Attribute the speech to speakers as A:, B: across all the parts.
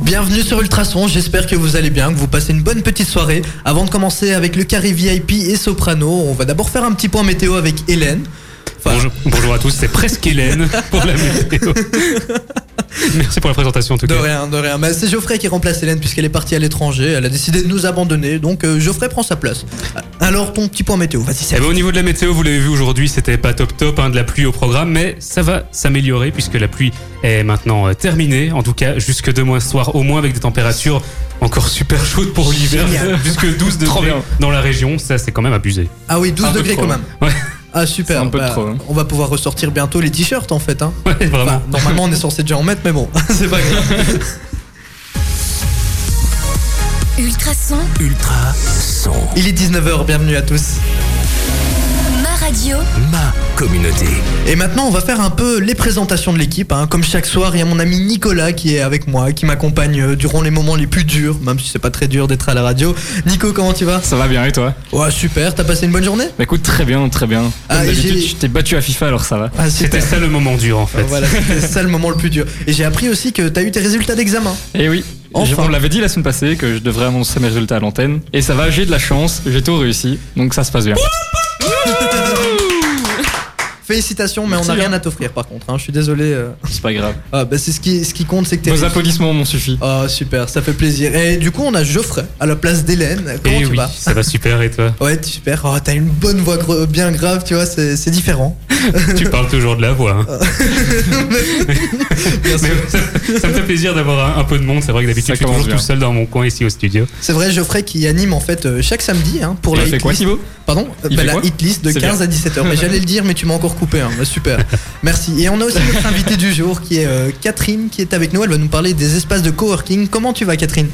A: Bienvenue sur Ultrason, j'espère que vous allez bien, que vous passez une bonne petite soirée. Avant de commencer avec le carré VIP et Soprano, on va d'abord faire un petit point météo avec Hélène. Enfin-
B: Bonjour, bonjour à tous, c'est presque Hélène pour la météo. Merci pour la présentation en tout
A: De
B: cas.
A: rien, de rien. Mais c'est Geoffrey qui remplace Hélène puisqu'elle est partie à l'étranger. Elle a décidé de nous abandonner, donc euh, Geoffrey prend sa place. Alors ton petit point météo, vas-y,
B: Eh
A: c'est
B: ben, au niveau de la météo, vous l'avez vu aujourd'hui, c'était pas top top, hein, de la pluie au programme, mais ça va s'améliorer puisque la pluie est maintenant euh, terminée, en tout cas jusque demain soir au moins avec des températures encore super chaudes pour l'hiver,
A: Génial.
B: jusque 12
C: Trop
B: degrés
C: bien.
B: dans la région, ça c'est quand même abusé.
A: Ah oui, 12
C: Un peu
A: degrés
C: trop,
A: quand même.
B: Ouais.
A: Ah super,
C: C'est un peu
A: bah,
C: trop, hein.
A: on va pouvoir ressortir bientôt les t-shirts en fait. Hein.
B: Ouais, vraiment.
A: Enfin, normalement on est censé déjà en mettre, mais bon, c'est pas grave.
D: Ultrason,
E: Ultra son.
A: Il est 19h, bienvenue à tous.
D: ma radio.
E: Ma communauté.
A: Et maintenant, on va faire un peu les présentations de l'équipe. hein. Comme chaque soir, il y a mon ami Nicolas qui est avec moi, qui m'accompagne euh, durant les moments les plus durs, même si c'est pas très dur d'être à la radio. Nico, comment tu vas
C: Ça va bien et toi
A: Ouais, super, t'as passé une bonne journée
C: Bah écoute, très bien, très bien. Comme
A: Ah, et
C: d'habitude,
A: j'ai-
C: je t'ai battu à FIFA alors ça va.
A: Ah,
B: C'était
A: super.
B: ça le moment dur en fait.
A: Voilà, c'était ça le moment le plus dur. Et j'ai appris aussi que t'as eu tes résultats d'examen.
C: Et oui,
A: Enfin.
C: je- on l'avait dit la semaine passée que je devrais annoncer mes résultats à l'antenne. Et ça va, j'ai de la chance, j'ai tout réussi, donc ça se passe bien.
A: Félicitations, mais on n'a
C: Merci,
A: rien
C: hein.
A: à t'offrir par contre. hein. Je suis désolé. euh.
C: C'est pas grave.
A: Ah, bah, c'est ce qui, ce qui compte, c'est que t'es.
C: Vos applaudissements m'ont suffi.
A: Oh, super, ça fait plaisir. Et du coup, on a Geoffrey à la place d'Hélène. Comment
B: Et
C: Eh
A: tu
B: Eh oui,
A: vas
B: ça va super et toi
A: Ouais, super. Oh, t'as une bonne voix gr- bien grave, tu vois, c'est c'est différent.
B: Tu parles toujours de la voix. hein.
A: Bien
B: Mais
A: sûr.
B: ça, ça me fait plaisir d'avoir un, un peu de monde. C'est vrai que d'habitude,
C: Ça
B: je suis
C: commence
B: toujours
C: bien.
B: tout seul dans mon coin ici au studio.
A: C'est vrai, Geoffrey qui anime en fait euh, chaque samedi hein, pour
C: Il
A: la
C: a fait
A: hit
C: quoi
A: list.
C: Thibaut
A: Pardon Euh,
C: Il
A: bah,
C: fait
A: La
C: quoi
A: hit list de
C: C'est
A: 15 à 17h. Mais j'allais le dire, mais tu m'as encore coupé. hein. Bah, super. Merci. Et on a aussi notre invité du jour qui est euh, Catherine qui est avec nous. Elle va nous parler des espaces de coworking. Comment tu vas, Catherine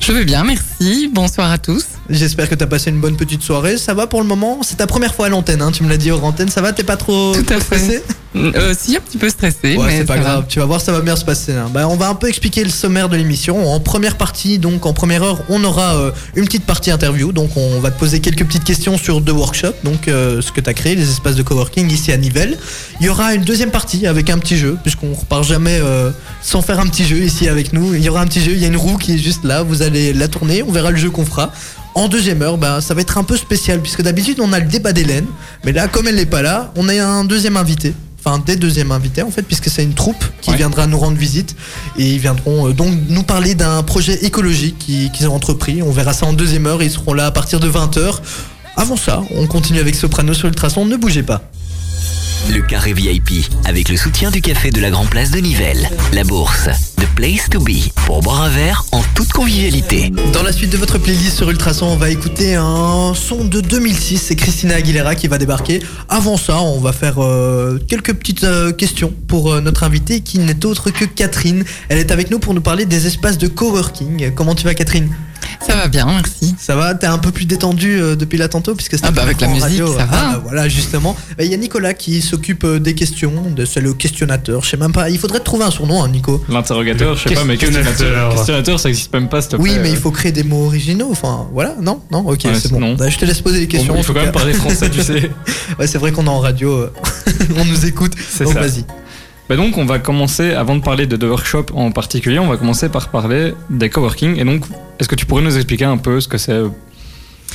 F: Je vais bien, merci. Bonsoir à tous.
A: J'espère que t'as passé une bonne petite soirée. Ça va pour le moment C'est ta première fois à l'antenne. hein. Tu me l'as dit hors antenne. Ça va T'es pas trop
F: Tout à fait.
A: stressé
F: Euh, si, un petit peu stressé,
A: Ouais,
F: mais
A: c'est pas
F: ça va.
A: grave. Tu vas voir, ça va bien se passer. hein. Bah, on va un peu expliquer le sommaire de l'émission. En première partie, donc en première heure, on aura euh, une petite partie interview. Donc, on va te poser quelques petites questions sur deux workshops. Donc, euh, ce que tu as créé, les espaces de coworking ici à Nivelles. Il y aura une deuxième partie avec un petit jeu, puisqu'on repart jamais euh, sans faire un petit jeu ici avec nous. Il y aura un petit jeu. Il y a une roue qui est juste là. Vous allez la tourner. On verra le jeu qu'on fera. En deuxième heure, bah, ça va être un peu spécial, puisque d'habitude, on a le débat d'Hélène. Mais là, comme elle n'est pas là, on a un deuxième invité. Enfin, des deuxièmes invités, en fait, puisque c'est une troupe qui
C: Ouais.
A: viendra nous rendre visite. Et ils viendront euh, donc nous parler d'un projet écologique qui- qu'ils ont entrepris. On verra ça en deuxième heure. Ils seront là à partir de 20h. Avant ça, on continue avec Soprano sur Ultrason. Ne bougez pas.
E: Le carré VIP avec le soutien du café de la Grand Place de Nivelles. La bourse. The place to be. Pour boire un verre en toute convivialité.
A: Dans la suite de votre playlist sur Ultrason, on va écouter un son de 2006. C'est Christina Aguilera qui va débarquer. Avant ça, on va faire euh, quelques petites euh, questions pour euh, notre invitée qui n'est autre que Catherine. Elle est avec nous pour nous parler des espaces de coworking. Comment tu vas, Catherine
F: Ça va bien, merci.
A: Ça va T'es un peu plus détendu euh, depuis là tantôt puisque c'était
F: Ah bah,
A: un
F: avec la
A: grand
F: musique, ça
A: Ah
F: va.
A: bah, voilà, justement. Bah, Il y a Nicolas qui s'occupe euh, des questions. de- C'est le questionnateur. Je sais même pas. Il faudrait trouver un surnom, hein, Nico.
C: L'interrogateur, je sais pas, mais
B: questionnateur.
C: questionnateur. Questionnateur, ça existe même pas, s'il te
A: Oui,
C: plaît.
A: mais il faut créer des mots originaux. Enfin, voilà, non, non, ok,
C: euh, Ouais,
A: c'est bon.
C: non.
A: Bah, je te laisse poser les
C: Bon,
A: questions.
C: il
A: en
C: faut
A: tout
C: quand même
A: cas.
C: parler français, tu sais.
A: Ouais, c'est vrai qu'on est en radio, euh, on nous écoute.
C: C'est
A: Donc
C: ça.
A: vas-y.
C: Bah donc on va commencer, avant de parler de The Workshop en particulier, on va commencer par parler des coworking. Et donc, est-ce que tu pourrais nous expliquer un peu ce que c'est euh,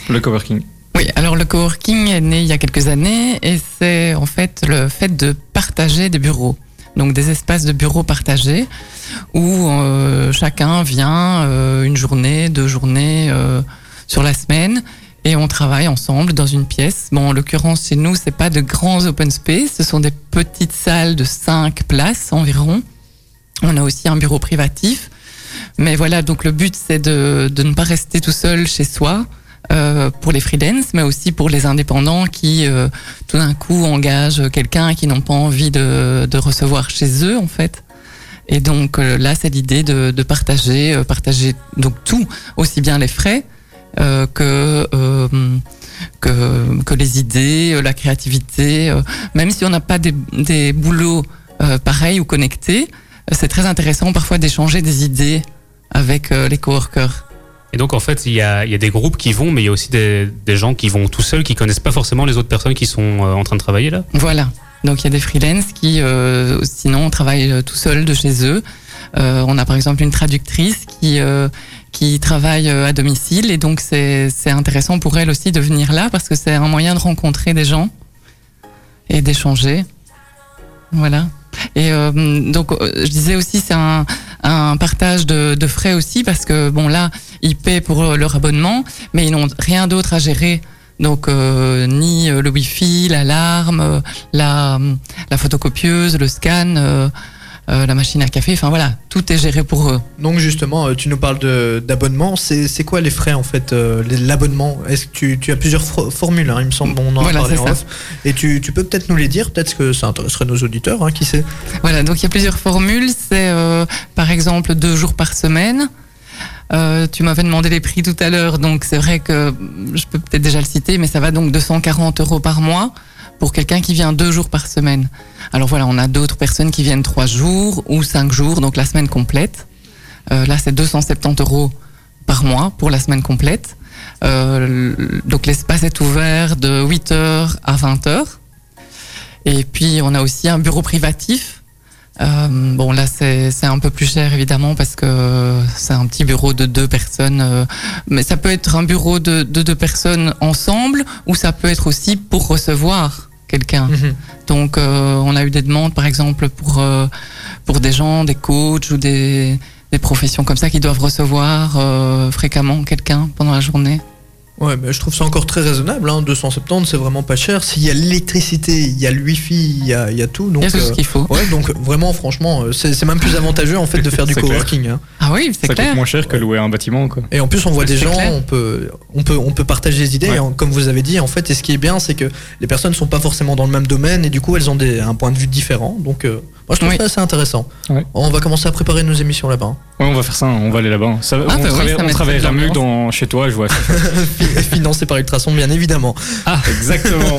C: le coworking
F: Oui, alors le coworking est né il y a quelques années et c'est en fait le fait de partager des bureaux, donc des espaces de bureaux partagés où euh, chacun vient euh, une journée, deux journées euh, sur la semaine et on travaille ensemble dans une pièce. Bon, en l'occurrence chez nous, c'est pas de grands open space, ce sont des petites salles de cinq places environ. On a aussi un bureau privatif. Mais voilà, donc le but c'est de, de ne pas rester tout seul chez soi, euh, pour les freelance, mais aussi pour les indépendants qui, euh, tout d'un coup, engagent quelqu'un qui n'ont pas envie de, de recevoir chez eux, en fait. Et donc euh, là, c'est l'idée de, de partager, euh, partager donc tout, aussi bien les frais euh, que, euh, que que les idées, euh, la créativité. euh, même si on n'a pas des, des boulots euh, pareils ou connectés, euh, c'est très intéressant parfois d'échanger des idées avec euh, les coworkers.
B: Et donc, en fait, il y a, il y a des groupes qui vont, mais il y a aussi des, des gens qui vont tout seuls, qui connaissent pas forcément les autres personnes qui sont euh, en train de travailler là.
F: Voilà. Donc il y a des freelances qui, euh, sinon, travaillent euh, tout seuls de chez eux. Euh, on a par exemple une traductrice qui, euh, qui travaille euh, à domicile et donc c'est c'est intéressant pour elle aussi de venir là parce que c'est un moyen de rencontrer des gens et d'échanger. Voilà. Et euh, donc euh, je disais aussi c'est un, un partage de, de frais aussi parce que bon là ils paient pour euh, leur abonnement mais ils n'ont rien d'autre à gérer donc euh, ni euh, le wifi, l'alarme, euh, la, la photocopieuse, le scan, euh, euh, la machine à café, enfin voilà, tout est géré pour eux.
A: Donc justement, euh, tu nous parles de- d'abonnement. C'est c'est quoi les frais en fait euh, les- L'abonnement Est-ce que tu, tu as plusieurs fro- formules hein, Il me semble, on en a
F: Voilà,
A: parlé
F: c'est
A: en
F: ça.
A: off. Et tu, tu peux peut-être nous les dire, peut-être que ça intéresserait nos auditeurs, hein, qui sait
F: Voilà, donc il y a plusieurs formules. C'est euh, par exemple deux jours par semaine. Euh, tu m'avais demandé les prix tout à l'heure, donc c'est vrai que je peux peut-être déjà le citer, mais ça va donc 240 euros par mois pour quelqu'un qui vient deux jours par semaine. Alors voilà, on a d'autres personnes qui viennent trois jours ou cinq jours, donc la semaine complète. Euh, là, c'est 270 euros par mois pour la semaine complète. Euh, le- donc l'espace est ouvert de 8h à 20h. Et puis on a aussi un bureau privatif. Euh, bon là c'est c'est un peu plus cher évidemment parce que c'est un petit bureau de deux personnes. euh, mais ça peut être un bureau de, de deux personnes ensemble ou ça peut être aussi pour recevoir
C: Ah.
F: quelqu'un.
A: Mhm.
F: Donc euh, on a eu des demandes par exemple pour, euh, pour des gens, des coachs ou des, des professions comme ça qui doivent recevoir euh, fréquemment quelqu'un pendant la journée.
A: Ouais, mais je trouve ça encore très raisonnable. Hein. 270, c'est vraiment pas cher. S'il y a l'électricité, il y a le wifi, il y a, il y a tout. Donc,
F: Il y a tout ce
A: euh,
F: qu'il faut.
A: ouais, donc vraiment, franchement, euh, c'est c'est même plus avantageux en fait de faire du
C: C'est clair.
A: coworking. hein.
F: Ah oui, c'est
C: Ça
F: clair.
C: coûte moins cher que louer un bâtiment, quoi.
A: Et en plus, on voit des
F: C'est
A: gens,
F: clair.
A: on peut, on peut, on peut partager des idées.
C: Ouais.
A: Et en- comme vous avez dit, en fait, et ce qui est bien, c'est que les personnes ne sont pas forcément dans le même domaine et du coup, elles ont des, un point de vue différent. Donc, euh, moi, je trouve
F: Oui.
A: ça assez intéressant.
C: Ouais.
A: On va commencer à préparer nos émissions là-bas. hein.
C: Ouais, on va faire ça, hein. on va aller là-bas. Ça,
F: bah
C: on,
F: oui,
C: travaille-
F: ça
C: on
F: met
C: travaillera
F: très
C: mieux
F: bien.
C: dans, chez toi, je vois.
A: Financé par Ultrason, bien évidemment.
C: Ah, exactement.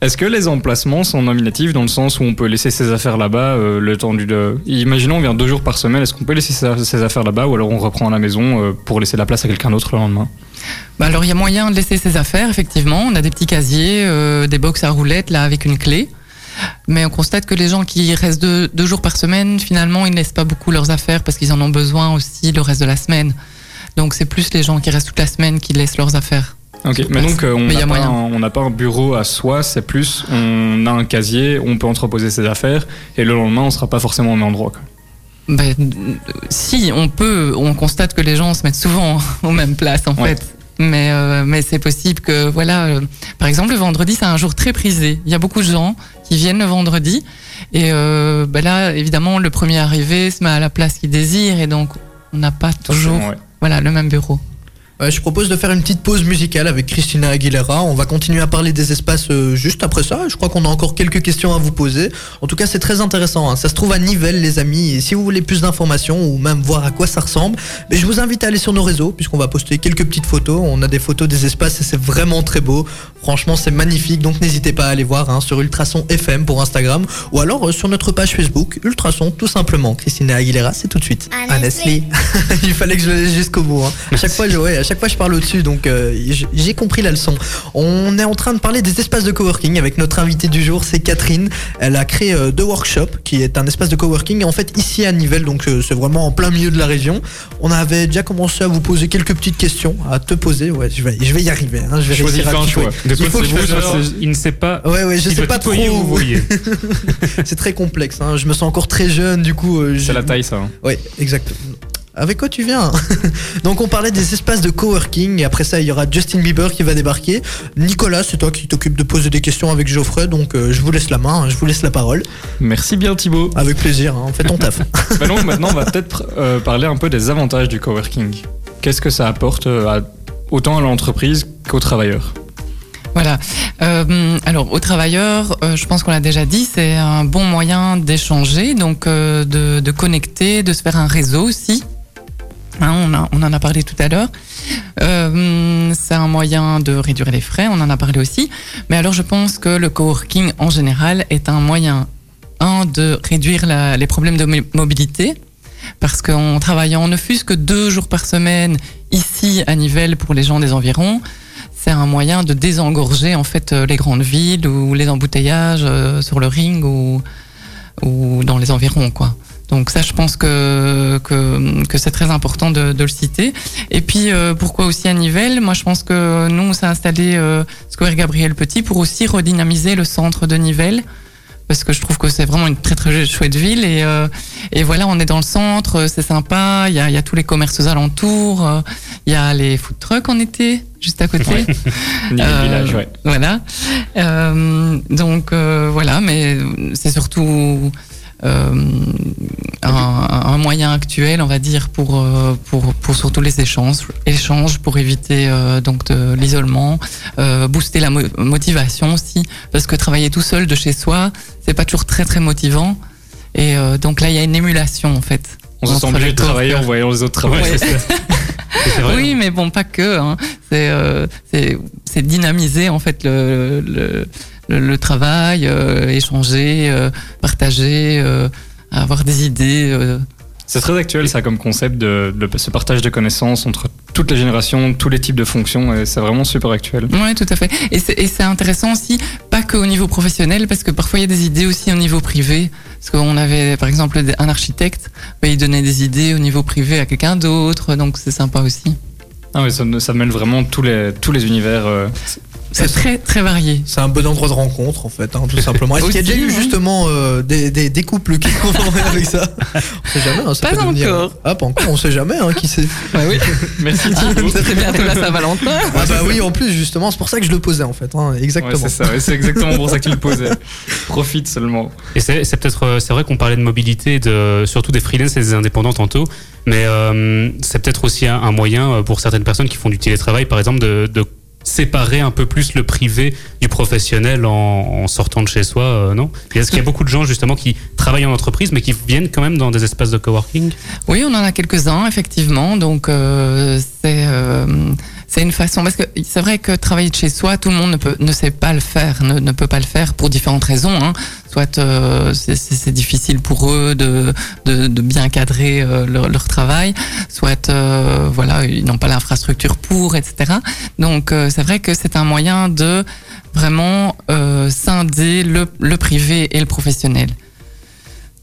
C: Est-ce que les emplacements sont nominatifs dans le sens où on peut laisser ses affaires là-bas euh, le temps du... de- Imaginons on vient deux jours par semaine, est-ce qu'on peut laisser ses ses affaires là-bas ou alors on reprend à la maison euh, pour laisser la place à quelqu'un d'autre le lendemain
F: Bah alors il y a moyen de laisser ses affaires, effectivement. On a des petits casiers, euh, des box à roulettes là avec une clé. Mais on constate que les gens qui restent deux, deux jours par semaine, finalement, ils ne laissent pas beaucoup leurs affaires parce qu'ils en ont besoin aussi le reste de la semaine. Donc c'est plus les gens qui restent toute la semaine qui laissent leurs affaires.
C: Ok, mais
F: passe.
C: donc euh, on
F: Mais y
C: n'a
F: a
C: pas,
F: moyen.
C: un- on n'a pas un bureau à soi, c'est plus on a un casier, on peut entreposer ses affaires et le lendemain on sera pas forcément au même endroit. quoi.
F: Ben, euh, si on peut, on constate que les gens se mettent souvent aux mêmes places en
C: Ouais.
F: fait. Mais, euh, mais c'est possible que, voilà, euh, par exemple, le vendredi, c'est un jour très prisé. Il y a beaucoup de gens qui viennent le vendredi. Et euh, ben là, évidemment, le premier arrivé se met à la place qu'il désire. Et donc, on n'a pas toujours
C: Forcément, ouais.
F: voilà, le même bureau.
A: Ouais, je propose de faire une petite pause musicale avec Christina Aguilera. On va continuer à parler des espaces euh, juste après ça. Je crois qu'on a encore quelques questions à vous poser. En tout cas, c'est très intéressant. hein. Ça se trouve à Nivelles, les amis. Et si vous voulez plus d'informations ou même voir à quoi ça ressemble, mais je vous invite à aller sur nos réseaux puisqu'on va poster quelques petites photos. On a des photos des espaces et c'est vraiment très beau. Franchement, c'est magnifique. Donc n'hésitez pas à aller voir hein, sur Ultrason FM pour Instagram ou alors euh, sur notre page Facebook Ultrason tout simplement. Christina Aguilera, c'est tout de suite.
D: Honestly.
A: Honestly. Il fallait que je le laisse jusqu'au bout. hein. À chaque fois, je, ouais, à chaque fois, je parle au-dessus, donc euh, j- j'ai compris la leçon. On est en train de parler des espaces de coworking avec notre invitée du jour, c'est Catherine. Elle a créé euh, The Workshop, qui est un espace de coworking, en fait, ici à Nivelles, donc euh, c'est vraiment en plein milieu de la région. On avait déjà commencé à vous poser quelques petites questions, à te poser. Ouais, je vais, je vais y arriver. hein, je vais
C: Choisis
A: réussir à
C: un
A: tutoyer.
C: choix.
B: De
A: Il faut que je
B: vous,
A: fasse-
B: soit c'est- il ne sait pas.
A: Ouais, ouais, je
B: s'il
A: sais
B: doit
A: pas trop.
B: tutoyer ou voyer.
A: C'est très complexe. hein, Je me sens encore très jeune, du coup. euh, je-
C: C'est la taille ça. hein.
A: oui, exactement. Avec quoi tu viens hein Donc on parlait des espaces de coworking et après ça il y aura Justin Bieber qui va débarquer. Nicolas, c'est toi qui t'occupes de poser des questions avec Geoffrey, donc euh, je vous laisse la main, hein, je vous laisse la parole.
C: Merci bien Thibaut.
A: Avec plaisir, hein, fais ton taf.
C: Bah donc maintenant, on va peut-être euh, parler un peu des avantages du coworking. Qu'est-ce que ça apporte euh, à- autant à l'entreprise qu'aux travailleurs
F: Voilà. Euh, alors, aux travailleurs, euh, je pense qu'on l'a déjà dit, c'est un bon moyen d'échanger, donc euh, de, de connecter, de se faire un réseau aussi. Hein, on, a- on en a parlé tout à l'heure. Euh, c'est un moyen de réduire les frais, on en a parlé aussi. Mais alors, je pense que le coworking en général est un moyen, un, de réduire la- les problèmes de mo- mobilité. Parce qu'en travaillant ne fût-ce que deux jours par semaine ici à Nivelles pour les gens des environs, c'est un moyen de désengorger en fait euh, les grandes villes ou les embouteillages euh, sur le ring ou, ou dans les environs quoi. Donc ça, je pense que, que, que c'est très important de, de le citer. Et puis, euh, pourquoi aussi à Nivelles Moi, je pense que nous, on s'est installé euh, Square Gabriel Petit pour aussi redynamiser le centre de Nivelles. Parce que je trouve que c'est vraiment une très très chouette ville. Et, euh, et voilà, on est dans le centre, euh, c'est sympa. Il y a, il y a tous les commerces aux alentours. euh, Il y a les food trucks en été, juste à côté.
C: Ouais. Nivelles
F: Euh,
C: village, ouais.
F: Voilà. Euh, donc euh, voilà, mais c'est surtout euh, un, un moyen actuel, on va dire, pour, euh, pour, pour surtout les échanges, échanges pour éviter euh, donc de l'isolement, euh, booster la mo- motivation aussi, parce que travailler tout seul de chez soi, c'est pas toujours très très motivant. Et euh, donc là, il y a une émulation en fait.
C: On se sent
F: entre
C: obligé
F: les
C: de
F: corps.
C: travailler en voyant les autres travailler.
B: Ouais, c'est ça. C'est vrai.
F: Oui, mais bon, pas que. Hein. C'est euh, c'est- c'est dynamiser en fait le, le, le, le travail, euh, échanger, euh, partager, euh, avoir des idées. euh.
C: C'est très actuel ça comme concept de, de ce partage de connaissances entre toutes les générations, tous les types de fonctions, et c'est vraiment super actuel.
F: Ouais, tout à fait. Et c'est et c'est intéressant aussi, pas que au niveau professionnel, parce que parfois il y a des idées aussi au niveau privé. Parce qu'on avait par exemple des- un architecte, bah, il donnait des idées au niveau privé à quelqu'un d'autre, donc c'est sympa aussi.
C: Ah oui, ça, ça mêle vraiment tous les, tous les univers. euh, c'est-
F: C'est très très varié.
A: C'est un bon endroit de rencontre en fait, hein, tout simplement. Est-ce qu'il y a
F: Aussi,
A: déjà eu
F: ouais.
A: justement euh, des, des, des couples qui sont formés avec ça On sait jamais, hein, ça
F: Pas
A: peut devenir-
F: encore.
A: Ah, pas encore, on sait jamais, hein, qui sait.
F: Ah oui.
C: Merci Thibaut.
F: c'est bientôt la Saint-Valentin.
A: Ah bah oui, en plus, justement, c'est pour ça que je le posais en fait, hein,
C: Ouais,
A: exactement.
C: c'est ça, ouais, c'est exactement pour ça que tu le posais. Profite seulement.
B: Et c'est c'est peut-être, euh, c'est vrai qu'on parlait de mobilité, de, surtout des freelances et des indépendants tantôt, mais euh, c'est peut-être aussi un, un moyen euh, pour certaines personnes qui font du télétravail, par exemple, de, de séparer un peu plus le privé du professionnel en, en sortant de chez soi, euh, non Et Est-ce qu'il y a beaucoup de gens justement qui travaillent en entreprise, mais qui viennent quand même dans des espaces de coworking
F: Oui, on en a quelques-uns, effectivement. Donc, euh, c'est euh, c'est une façon. Parce que c'est vrai que travailler de chez soi, tout le monde ne, peut, ne sait pas le faire, ne, ne peut pas le faire pour différentes raisons. Hein. Soit euh, c'est- c'est c'est difficile pour eux de, de, de bien cadrer euh, leur, leur travail, soit euh, voilà, ils n'ont pas l'infrastructure pour, etc. Donc, euh, c'est vrai que c'est un moyen de vraiment euh, scinder le, le privé et le professionnel.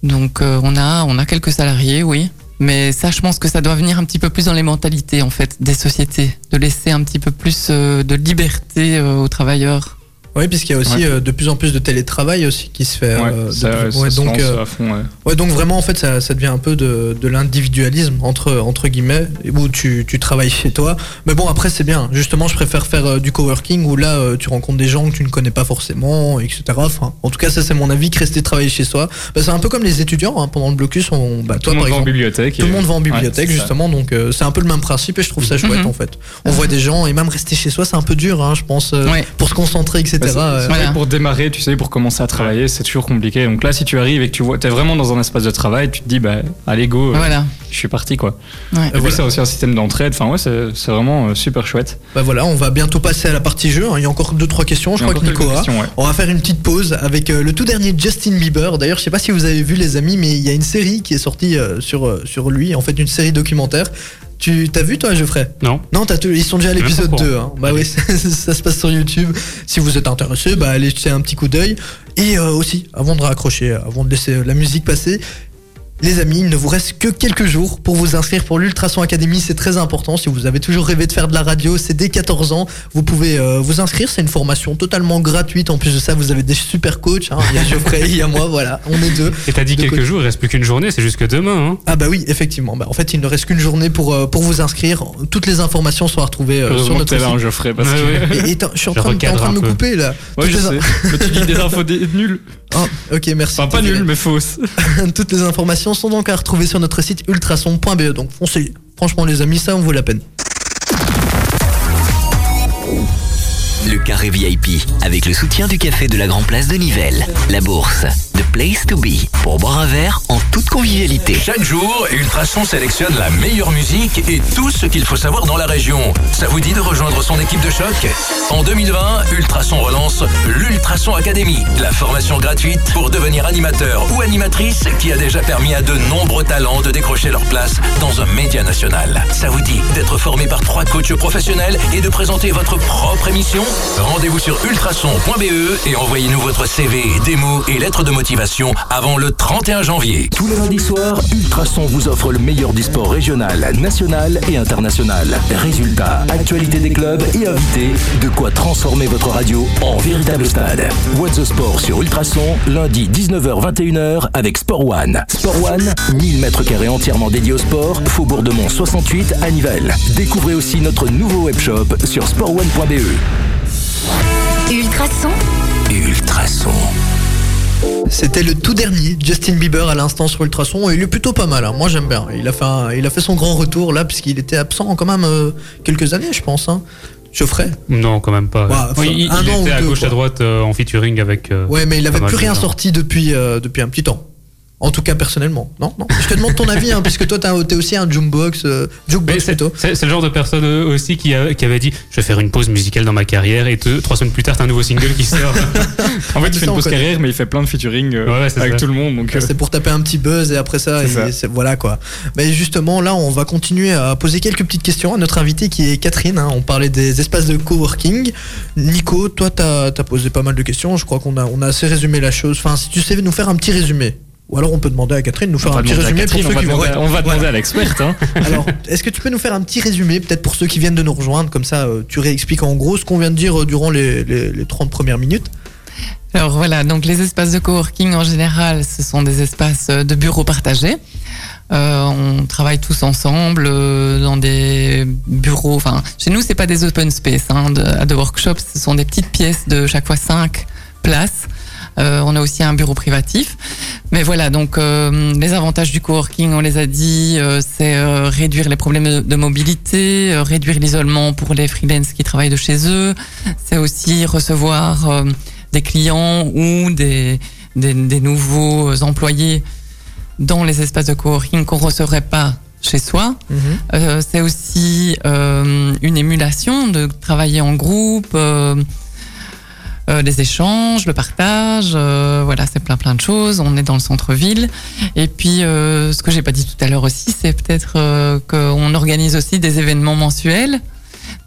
F: Donc, euh, on, a, on a quelques salariés, oui. Mais ça, je pense que ça doit venir un petit peu plus dans les mentalités, en fait, des sociétés. De laisser un petit peu plus euh, de liberté euh, aux travailleurs.
A: Oui, puisqu'il y a aussi
C: Ouais.
A: euh, de plus en plus de télétravail aussi qui se fait.
C: Ouais,
A: euh, de
C: ça,
A: plus-
C: ça
A: ouais,
C: se
A: donc,
C: lance
A: euh,
C: à fond. ouais.
A: ouais, donc vraiment, en fait, ça, ça devient un peu de, de l'individualisme, entre, entre guillemets, où tu, tu travailles chez toi. Mais bon, après, c'est bien. Justement, je préfère faire euh, du coworking où là, euh, tu rencontres des gens que tu ne connais pas forcément, etc. Enfin, en tout cas, ça, c'est mon avis, que rester travailler chez soi. Bah, c'est un peu comme les étudiants, hein, pendant le blocus, on, bah,
C: Tout
A: toi, par
C: le monde va en
A: exemple.
C: bibliothèque.
A: Tout le
C: et-
A: monde va en
C: Ouais,
A: bibliothèque
C: c'est ça.
A: justement, donc euh, c'est un peu le même principe et je trouve ça chouette
F: Mhm.
A: en fait. On voit des gens et même rester chez soi c'est un peu dur, hein, je pense, euh,
F: Ouais.
A: pour se concentrer, etc.
C: Bah, c'est-
A: euh,
C: c'est vrai
F: Voilà.
C: que Pour démarrer, tu sais, pour commencer à travailler, c'est toujours compliqué. Donc là, si tu arrives et que tu vois, t'es vraiment dans un espace de travail, tu te dis, bah, allez go, euh,
F: Voilà.
C: je suis parti quoi.
F: Ouais.
C: Et puis c'est aussi un système d'entraide. Enfin ouais, c'est c'est vraiment euh, super chouette.
A: Bah voilà, on va bientôt passer à la partie jeu. hein. Il y a encore deux trois questions, je
C: Il y a
A: crois que
C: encore quelques
A: Nico hein. a.
C: questions, ouais.
A: On va faire une petite pause avec euh, le tout dernier Justin Bieber. D'ailleurs, je sais pas si vous avez vu les amis, mais il y a une série qui est sortie euh, sur euh, sur lui, en fait une série documentaire. Tu t'as vu toi, Geoffrey
B: Non.
A: Non, t'as tout- ils sont déjà à
B: Je suis même
A: l'épisode
B: pas au
A: 2. hein. Bah oui, ça, ça se passe sur YouTube. Si vous êtes intéressé, bah allez jeter un petit coup d'œil. Et euh, aussi, avant de raccrocher, avant de laisser euh, la musique passer, les amis, il ne vous reste que quelques jours pour vous inscrire pour l'Ultrason Academy. C'est très important. Si vous avez toujours rêvé de faire de la radio, c'est dès 14 ans. Vous pouvez euh, vous inscrire. C'est une formation totalement gratuite. En plus de ça, vous avez des super coachs. hein. Il y a Geoffrey, il y a moi. Voilà, on est deux.
B: Et t'as dit
A: De
B: quelques
A: côté.
B: jours, il reste plus qu'une journée, c'est jusque demain. Hein
A: Ah bah oui, effectivement. Bah, en fait, il ne reste qu'une journée pour, euh, pour vous inscrire. Toutes les informations sont à retrouver euh, sur
C: Heureusement que
A: notre
C: t'es
A: site.
C: là, hein, Geoffrey, parce
B: Ouais,
C: que.
B: ouais.
A: Et, et t'es- je suis en
B: Je
A: train, de- t'es en
B: recadre
A: train de me
B: un peu.
A: couper là.
C: Ouais,
A: Toutes
C: je
A: les
C: sais.
A: in-
C: Mais tu dis des infos des- nulles.
A: Ah, ok, merci.
C: Enfin, pas nulles, mais fausses.
A: Toutes les informations sont donc à retrouver sur notre site ultrason.be. E. Donc foncez. Franchement, les amis, ça en vaut la peine.
E: Le carré VIP, avec le soutien du café de la Grand Place de Nivelles. La bourse, The Place to Be, pour boire un verre en toute convivialité.
G: Chaque jour, Ultrason sélectionne la meilleure musique et tout ce qu'il faut savoir dans la région. Ça vous dit de rejoindre son équipe de choc En 2020, Ultrason relance l'Ultrason Academy, la formation gratuite pour devenir animateur ou animatrice qui a déjà permis à de nombreux talents de décrocher leur place dans un média national. Ça vous dit d'être formé par trois coachs professionnels et de présenter votre E propre émission Rendez-vous sur ultrason.be et envoyez-nous votre CV, démo et lettres de motivation motivation avant le 31 janvier.
H: Tous les lundis soirs, Ultrason vous offre le meilleur du sport régional, national et international. Résultats, actualité des clubs et invités, de quoi transformer votre radio en véritable stade. What the Sport sur Ultrason, lundi 19h-21h avec Sport One. Sport One, 1000 mètres carrés entièrement dédiés au sport, Faubourg de Mont 68 à Nivelles. Découvrez aussi notre nouveau webshop sur sportone.be.
D: Ultrason.
G: Ultrason.
A: C'était le tout dernier Justin Bieber à l'instant sur Ultrason et il est plutôt pas mal. hein. Moi j'aime bien. Il a, fait un- il a fait son grand retour là puisqu'il était absent quand même euh, quelques années je pense. Hein. Geoffrey
B: Non, quand même pas.
A: Ouais, enfin,
B: Oui, il,
A: Bah, un
B: il
A: an
B: était
A: ou
B: à
A: deux,
B: gauche
A: quoi.
B: à droite euh, en featuring avec. euh,
A: Ouais mais il
B: pas
A: avait
B: mal
A: plus
B: de
A: rien
B: gens.
A: sorti depuis, euh, depuis un petit temps. En tout cas personnellement. Non, non. Je te demande ton avis hein, puisque toi t'as- t'es aussi un jukebox, euh,
B: Mais
A: jukebox
B: c'est
A: plutôt.
B: c'est- c'est le genre de personne euh, aussi qui, a- qui avait dit je vais faire une pause musicale dans ma carrière et deux, trois semaines plus tard t'as un nouveau single qui sort.
C: En fait,
A: mais
C: il fait
A: ça, on
C: une pause
A: connaît. Ah,
C: carrière, mais il fait plein de featuring euh,
B: Ouais, ouais, c'est
C: avec
B: ça.
C: tout le monde. Donc, euh,
A: C'est pour taper un petit buzz et après ça,
C: C'est
A: il-
C: ça.
A: c'est- voilà quoi. Mais justement, là, on va continuer à poser quelques petites questions à notre invitée qui est Catherine. hein. On parlait des espaces de coworking. Nico, toi, t'as as posé pas mal de questions. Je crois qu'on a, on a assez résumé la chose. Enfin, si tu savais nous faire un petit résumé. Ou alors on peut demander à Catherine de nous
C: on
A: faire
C: va
A: un petit
C: demander à
A: résumé
C: Catherine,
A: pour
C: on
A: ceux
C: va
A: qui
C: demander à-
A: ouais,
C: on va
A: voilà.
C: demander à l'experte. hein.
A: Alors, est-ce que tu peux nous faire un petit résumé, peut-être pour ceux qui viennent de nous rejoindre, comme ça euh, tu réexpliques en gros ce qu'on vient de dire euh, durant les, les, les 30 premières minutes
F: Alors voilà, donc les espaces de coworking en général, ce sont des espaces euh, de bureaux partagés. Euh, on travaille tous ensemble euh, dans des bureaux. Enfin, chez nous, c'est pas des open space. Hein, de, à The Workshop, ce sont des petites pièces de chaque fois cinq places. Euh, on a aussi un bureau privatif. Mais voilà, donc euh, les avantages du coworking, on les a dit, euh, c'est euh, réduire les problèmes de, de mobilité, euh, réduire l'isolement pour les freelances qui travaillent de chez eux. C'est aussi recevoir euh, des clients ou des, des, des nouveaux employés dans les espaces de coworking qu'on ne recevrait pas chez soi.
C: Mm-hmm.
F: Euh, c'est aussi euh, une émulation de travailler en groupe, euh, euh, les échanges, le partage, euh, voilà, c'est plein plein de choses. On est dans le centre-ville. Et puis, euh, ce que j'ai pas dit tout à l'heure aussi, c'est peut-être euh, qu'on organise aussi des événements mensuels.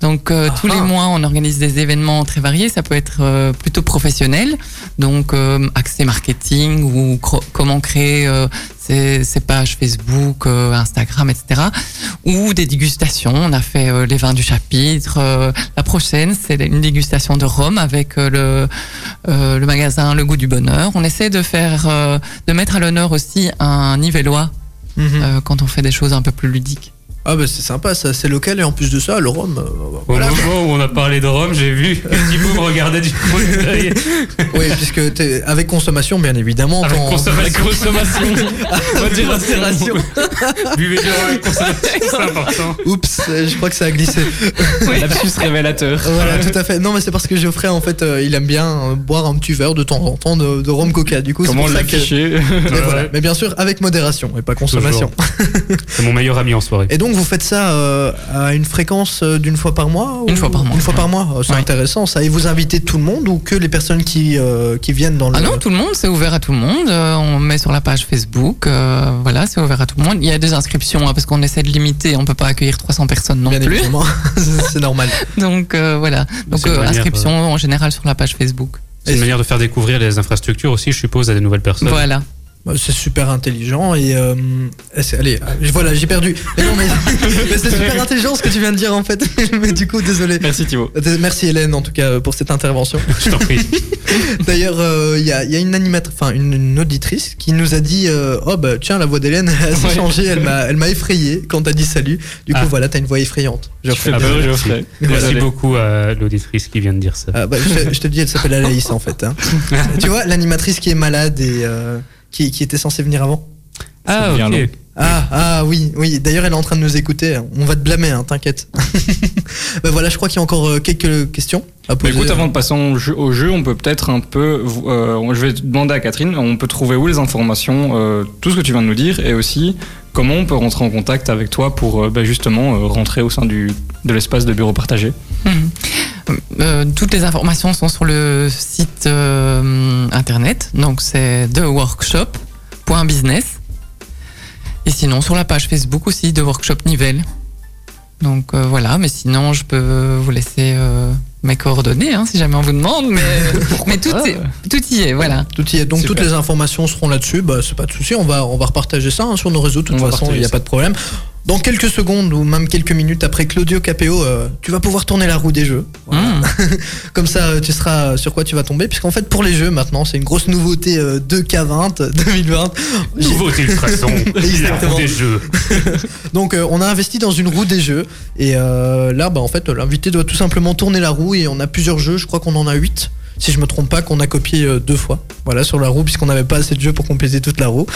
F: Donc euh,
A: Ah
F: tous les
A: ah.
F: mois, on organise des événements très variés. Ça peut être euh, plutôt professionnel, donc euh, accès marketing ou cro- comment créer euh, ses, ses pages Facebook, euh, Instagram, etc ou des dégustations. On a fait euh, les vins du chapitre. Euh, la prochaine, c'est une dégustation de Rome avec euh, le, euh, le magasin Le Goût du Bonheur. On essaie de faire, euh, de mettre à l'honneur aussi un Nivellois
A: Mhm.
F: euh, quand on fait des choses un peu plus ludiques.
A: Ah bah c'est sympa, ça, c'est local et en plus de ça, le Rhum, euh,
B: Au
A: voilà.
B: moment où on a parlé de Rome, j'ai vu que Thibaut me regardait du coin de l'œil.
A: Oui, puisque t'es- avec consommation, bien évidemment.
B: Avec
A: quand-
B: consommation.
A: Modération.
B: Buvez bien avec consommation, c'est important.
A: Oups, euh, je crois que ça a glissé. Ah,
C: Lapsus révélateur.
A: Voilà, tout à fait. Non, mais c'est parce que Geoffrey, en fait, euh, il aime bien euh, boire un petit verre de temps en temps de, de rhum coca. Du coup, c'est
C: Comment
A: pour ça que.
C: l'afficher
A: Mais, voilà.
B: Ouais.
A: Mais bien sûr, avec modération et pas consommation.
B: C'est mon meilleur ami en soirée.
A: Et donc, vous faites ça euh, à une fréquence euh, d'une fois par mois ou-
F: Une fois par mois,
A: Une fois
F: ouais.
A: par mois, euh, c'est
F: Ouais.
A: intéressant ça. Et vous invitez tout le monde ou que les personnes qui, euh, qui viennent dans le.
F: Ah non, tout le monde, c'est ouvert à tout le monde. Euh, on met sur la page Facebook. euh, voilà, c'est ouvert à tout le monde. Il y a des inscriptions hein, parce qu'on essaie de limiter. On peut pas accueillir 300 personnes non
A: Bien
F: plus.
A: évidemment, C'est- c'est normal.
F: Donc euh, voilà. Donc
B: C'est une
F: euh,
B: manière,
F: inscription en général sur la page Facebook.
B: C'est une manière de faire découvrir les infrastructures aussi, je suppose, à des nouvelles personnes.
F: Voilà.
A: Bah, C'est super intelligent et. euh, et c'est- allez, euh, voilà, j'ai perdu. Mais non, mais, mais c'est super intelligent ce que tu viens de dire en fait. Mais du coup, désolé.
C: Merci Thibaut.
A: Euh, Merci Hélène en tout cas euh, pour cette intervention.
B: Je t'en prie.
A: D'ailleurs, euh, il y, a, il y a une animatrice, enfin une, une auditrice qui nous a dit euh, Oh bah tiens, la voix d'Hélène elle s'est
C: Ouais.
A: changée, elle m'a elle m'a effrayée quand t'as dit salut. Du coup,
B: Ah.
A: voilà, t'as une voix effrayante. Je,
C: Ah bah,
B: désolé.
C: Geoffrey.
B: Merci
C: Désolé.
B: beaucoup à l'auditrice qui vient de dire ça.
A: Ah, bah, je, je te dis, elle s'appelle Anaïs en fait. hein. tu vois, l'animatrice qui est malade et euh, qui, qui était censée venir avant.
B: Ah,
C: devient long.
A: Ah, ah oui, oui. D'ailleurs, elle est en train de nous écouter. On va te blâmer, hein, t'inquiète. bah voilà, je crois qu'il y a encore euh, quelques questions à
C: Bah,
A: poser.
C: écoute, avant de passer au jeu, au jeu, on peut peut-être un peu. euh, je vais demander à Catherine, on peut trouver où les informations, euh, tout ce que tu viens de nous dire, et aussi comment on peut rentrer en contact avec toi pour euh, bah, justement euh, rentrer au sein du, de l'espace de bureau partagé.
F: Mhm. Euh, toutes les informations sont sur le site euh, internet, donc c'est theworkshop.business. Et sinon, sur la page Facebook aussi, The Workshop Nivelles. Donc euh, voilà, mais sinon, je peux vous laisser euh, mes coordonnées, hein, si jamais on vous demande, mais, mais tout,
C: pas
F: est- tout y est, voilà.
A: Tout y est. Donc
C: Super.
A: toutes les informations seront là-dessus. Bah, c'est pas de souci. On va, on va repartager ça hein, sur nos réseaux. De toute
C: On va
A: façon, il n'y a
C: partager
A: pas de problème. Dans quelques secondes ou même quelques minutes après Claudio Capéo, euh, tu vas pouvoir tourner la roue des jeux.
F: Mmh.
A: Comme ça, euh, tu seras sur quoi tu vas tomber. Puisqu'en fait, pour les jeux, maintenant, c'est une grosse nouveauté euh, 2K20 2020.
B: Nouveau Tiltrason, la
A: Exactement.
B: roue des jeux.
A: Donc, euh, on a investi dans une roue des jeux. Et euh, là, bah, en fait, l'invité doit tout simplement tourner la roue. Et on a plusieurs jeux. Je crois qu'on en a 8 si je me trompe pas, qu'on a copié euh, deux fois. Voilà, sur la roue, puisqu'on n'avait pas assez de jeux pour compléter toute la roue.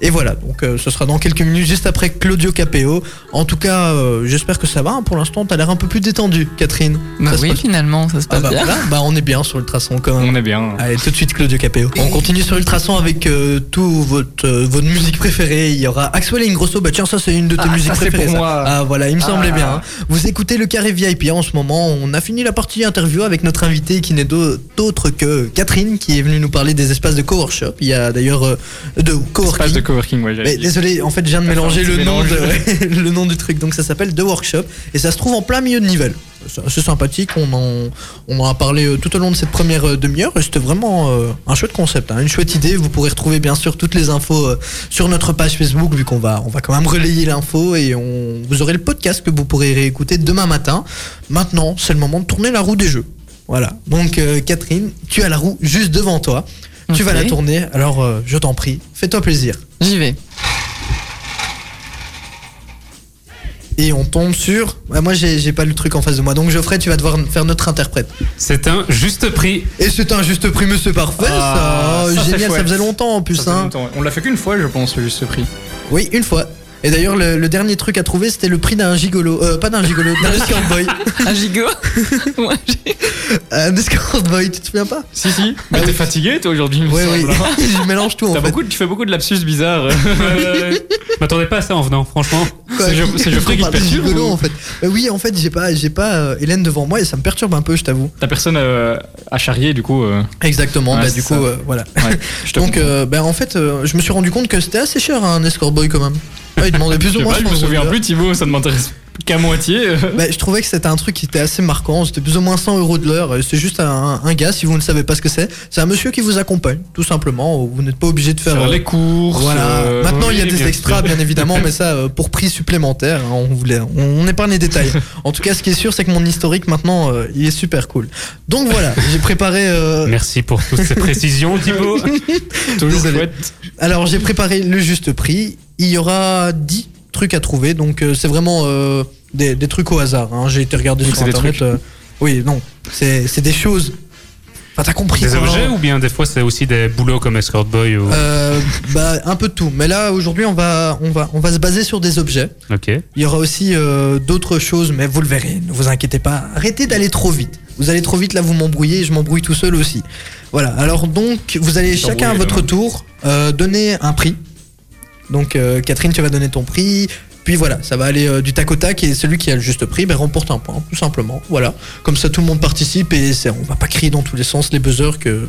A: Et voilà, donc euh, ce sera dans quelques minutes, juste après Claudio Capéo. En tout cas, euh, j'espère que ça va. hein. Pour l'instant, t'as l'air un peu plus détendu, Catherine.
F: Bah
A: Ça se
F: oui,
A: passe-
F: finalement, ça se
A: Ah
F: passe
A: bah,
F: bien.
A: voilà. Bah, on est bien sur Ultrason quand même.
C: On est bien. hein.
A: Allez, tout de suite Claudio Capéo. On continue sur Ultrason avec euh, tout votre, euh, votre musique préférée. Il y aura Axwell et Ingrosso. Bah tiens, ça c'est une de tes
C: Ah,
A: musiques
C: ça, c'est
A: préférées.
C: pour
A: ça.
C: moi.
A: Ah voilà, il me semblait
C: Ah.
A: bien. hein. Vous écoutez le carré VIP hein, en ce moment. On a fini la partie interview avec notre invité qui n'est d'au- d'autre que Catherine qui est venue nous parler des espaces de coworkshop. Il y a d'ailleurs euh, de
C: Espace
A: coworking.
C: de coworking, ouais, j'allais
A: Mais
C: dire.
A: désolé, en fait, je viens de
C: T'as fait
A: mélanger
C: un petit
A: le nom,
C: mélange.
A: de- ouais, le nom du truc. Donc ça s'appelle The Workshop et ça se trouve en plein milieu de Nivelles. C'est assez sympathique, on en, on en a parlé euh, tout au long de cette première euh, demi-heure et c'était vraiment euh, un chouette concept, hein, une chouette idée. Vous pourrez retrouver bien sûr toutes les infos euh, sur notre page Facebook vu qu'on va, on va quand même relayer l'info et on, vous aurez le podcast que vous pourrez réécouter demain matin. Maintenant, c'est le moment de tourner la roue des jeux. Voilà, donc euh, Catherine, tu as la roue juste devant toi. Tu vas
F: Ok.
A: la tourner, alors euh, je t'en prie, fais-toi plaisir.
F: J'y vais.
A: et on tombe sur. Ouais, moi, j'ai j'ai pas le truc en face de moi. Donc, Geoffrey, tu vas devoir faire notre interprète.
B: C'est un juste prix.
A: Et c'est un juste prix, mais c'est parfait,
C: Ah,
A: ça.
C: ça, c'est
A: Génial, ça
C: chouette.
A: faisait longtemps en plus.
C: Ça fait
A: hein.
C: longtemps, ouais. On l'a fait qu'une fois, je pense, juste ce prix.
A: Oui, une fois. Et d'ailleurs, le, le dernier truc à trouver, c'était le prix d'un gigolo. Euh, pas d'un gigolo, d'un escort boy. Euh,
F: Un gigot Ouais, j'ai-
A: Un escort boy, tu te souviens pas
C: Si, si. Mais t'es fatigué, toi, aujourd'hui, il me
A: Ouais, oui.
C: semble, hein.
A: Je mélange tout en
C: T'as
A: fait.
C: beaucoup, de- tu fais beaucoup de lapsus bizarres.
B: Euh, je m'attendais pas à ça en venant, franchement.
A: Quoi,
C: C'est Geoff- c'est Geoffrey
A: on
C: qui te
A: parle de
C: perturbe
A: gigolo,
C: ou-
A: en fait. Euh, oui, en fait, j'ai pas, j'ai pas euh, Hélène devant moi et ça me perturbe un peu, je t'avoue.
C: T'as personne euh, à charrier, du coup. euh,
A: Exactement,
C: Ouais,
A: bah
C: c'est
A: du coup,
C: ça.
A: euh, voilà.
C: ouais, je te
A: Donc,
C: comprends.
A: euh, bah, en fait, euh, je me suis rendu compte que c'était assez cher hein, un escort boy quand même. Ouais, il demandait plus ou
C: Je sais
A: moins
C: pas, je me
A: 100
C: souviens
A: euros.
C: plus, Thibaut, ça ne m'intéresse qu'à moitié. euh.
A: Bah, je trouvais que c'était un truc qui était assez marquant. C'était plus ou moins 100 euros de l'heure. Et C'est juste un, un gars, si vous ne savez pas ce que c'est. C'est un monsieur qui vous accompagne, tout simplement. Vous n'êtes pas obligé de faire.
C: Faire
A: euh,
C: les courses.
A: voilà.
C: euh,
A: Maintenant,
C: oui,
A: il y a
C: bien
A: des
C: sûr.
A: extras, bien évidemment, mais ça, euh, pour prix supplémentaire, hein, on voulait, on, on épargne les détails. En tout cas, ce qui est sûr, c'est que mon historique maintenant, euh, il est super cool. Donc voilà, j'ai préparé. euh,
B: Merci pour toutes ces précisions, Thibaut.
C: Toujours
A: Désolé.
C: chouette.
A: Alors j'ai préparé le juste prix. Il y aura 10 trucs à trouver, donc euh, c'est vraiment euh, des, des trucs au hasard. hein. J'ai été regarder
C: Donc
A: sur
C: c'est des
A: internet.
C: trucs.
A: euh, oui, non, c'est c'est des choses. Enfin, t'as compris.
B: Des
A: quoi.
B: objets ou bien des fois c'est aussi des boulots comme escort boy ou...
A: Euh, bah, un peu de tout. Mais là, aujourd'hui, on va, on, va, on va se baser sur des objets.
B: Ok.
A: Il y aura aussi euh, d'autres choses, mais vous le verrez, ne vous inquiétez pas. Arrêtez d'aller trop vite. Vous allez trop vite, là vous m'embrouillez, et je m'embrouille tout seul aussi. Voilà, alors donc vous allez chacun à
C: T'embrouiller,
A: votre
C: demain.
A: tour euh, donner un prix. Donc euh, Catherine, tu vas donner ton prix. Puis voilà, ça va aller euh, du tac au tac et celui qui a le juste prix ben, remporte un point, tout simplement. Voilà, comme ça tout le monde participe et c'est- on va pas crier dans tous les sens les buzzers que,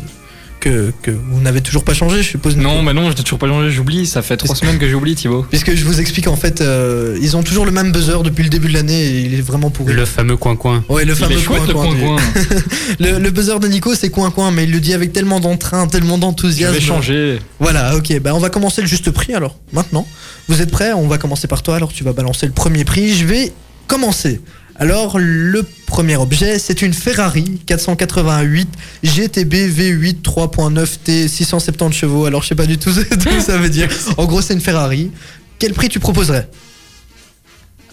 A: que, que vous n'avez toujours pas changé, je suppose. Nico.
C: Non, mais non, je t'ai toujours pas changé, j'oublie. Ça fait trois semaines que j'oublie, Thibaut.
A: Puisque je vous explique en fait, euh, ils ont toujours le même buzzer depuis le début de l'année et il est vraiment pourri.
B: Le fameux coin-coin.
A: Ouais, le
C: Il
A: fameux
C: est chouette, le
A: coin-coin du-
C: coin-coin.
A: Le, le buzzer de Nico, c'est coin-coin, mais il le dit avec tellement d'entrain, tellement
C: Je
A: d'enthousiasme.
C: vais changer.
A: Voilà, ok, bah on va commencer le juste prix alors, maintenant. Vous êtes prêts On va commencer par toi, alors tu vas balancer le premier prix. Je vais commencer. Alors, le premier objet, c'est une Ferrari 488 GTB V8 3.9 T 670 chevaux. Alors, je sais pas du tout ce que ça veut dire. En gros, c'est une Ferrari. Quel prix tu proposerais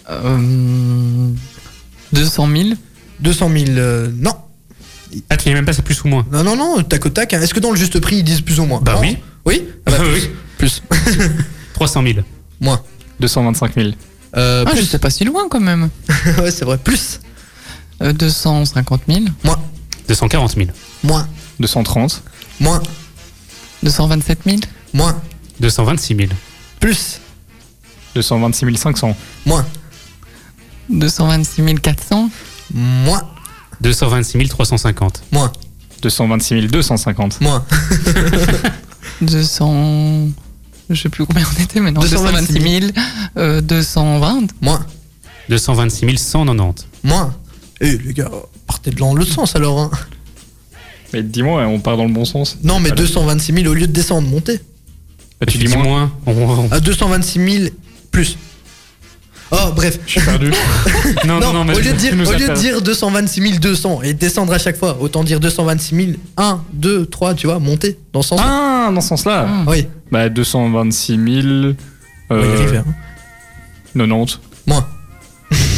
F: Euh, 200 000
A: 200 000 euh, Non.
B: Ah, tu n'es même pas c'est plus ou moins.
A: Non, non, non, tac au tac. hein. Est-ce que dans le juste prix, ils disent plus ou moins
B: Bah
A: Non
B: oui.
A: Oui Ah bah,
B: oui.
A: Plus.
B: 300 000.
A: Moins.
C: 225 000.
A: Euh,
F: Ah,
A: plus.
F: j'étais pas si loin quand même.
A: ouais, c'est vrai. Plus.
F: Euh, 250 000
A: Moins.
B: 240 000.
A: Moins.
C: 230.
A: Moins.
F: 227 000
A: Moins.
B: 226 000.
A: Plus.
C: 226 500.
A: Moins.
F: 226 400
A: Moins.
B: 226 350.
A: Moins.
C: 226 250.
A: Moins.
F: 200... Je sais plus combien on était maintenant.
A: 226 000.
F: 226 000 euh, 220
A: Moins.
B: 226 190.
A: Moins. Eh, les gars, par- partez dans l'autre sens alors. hein.
C: Mais dis-moi, hein, on part dans le bon sens.
A: Non, mais
C: Voilà.
A: 226 000 au lieu de descendre, monter.
C: Bah, tu dis moi,
B: moins. On- on-
A: À 226 000 plus. Oh, bref.
C: je suis perdu.
B: Non, non, non, mais
A: au lieu, de
C: tu
A: dire,
C: nous
A: au
C: as
A: lieu de
C: fait-
A: dire 226 200 et descendre à chaque fois, autant dire 226 000, 1, 2, 3, tu vois, monter dans ce sens.
C: ah, dans ce sens-là.
F: Ah.
A: oui,
C: Bah 226 000.
A: oui,
C: Euh,
A: River.
C: 90.
A: Moins.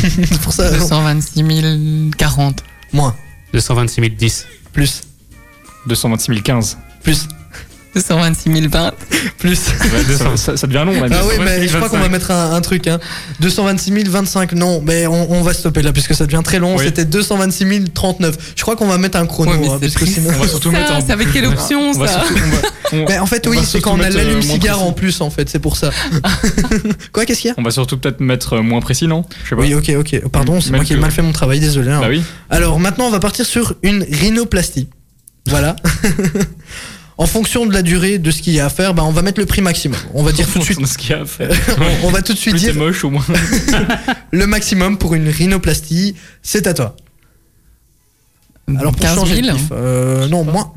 A: C'est pour ça, non,
F: 226 040.
A: moins,
B: 226 010
A: plus,
C: 226 015.
A: plus,
F: 226 020.
A: plus.
C: ça, ça- ça devient long là.
A: Ah oui,
B: 226
A: mais je crois qu'on va
B: 25.
A: mettre un, un truc. Hein. 226 025, non, mais on, on va stopper là puisque ça devient très long.
C: Oui.
A: C'était 226 039. Je crois qu'on va mettre un chrono.
F: Ouais, mais
A: hein,
F: c'est
A: parce que
F: triste.
A: sinon-
C: On va surtout mettre
F: Ça,
C: en.
F: ça va être quelle option
C: on va
F: ça
C: surtout- on va- on-
A: Mais en fait,
C: on
A: oui,
C: va
A: c'est
C: surtout
A: quand on a
C: mettre, euh,
A: l'allume-cigare
C: moins
A: en plus, en fait, c'est pour ça. Quoi, qu'est-ce qu'il y a
C: On va surtout peut-être mettre euh, moins précis, non Je sais pas.
A: Oui, ok, ok. Pardon, c'est
C: Même
A: moi qui ai
C: que-
A: mal fait mon travail, désolé. hein.
C: Bah oui.
A: Alors maintenant, on va partir sur une rhinoplastie. Voilà. en fonction de la durée de ce qu'il y a à faire, bah, on va mettre le prix maximum. On va dire tout de suite.
C: ce qu'il y a à faire.
A: on va tout de suite
C: Plus t'es
A: dire
C: moche, au moins.
A: le maximum pour une rhinoplastie. C'est à toi. Alors pour
F: 15 000.
A: changer de
C: hein.
A: kiff, euh, non, moins.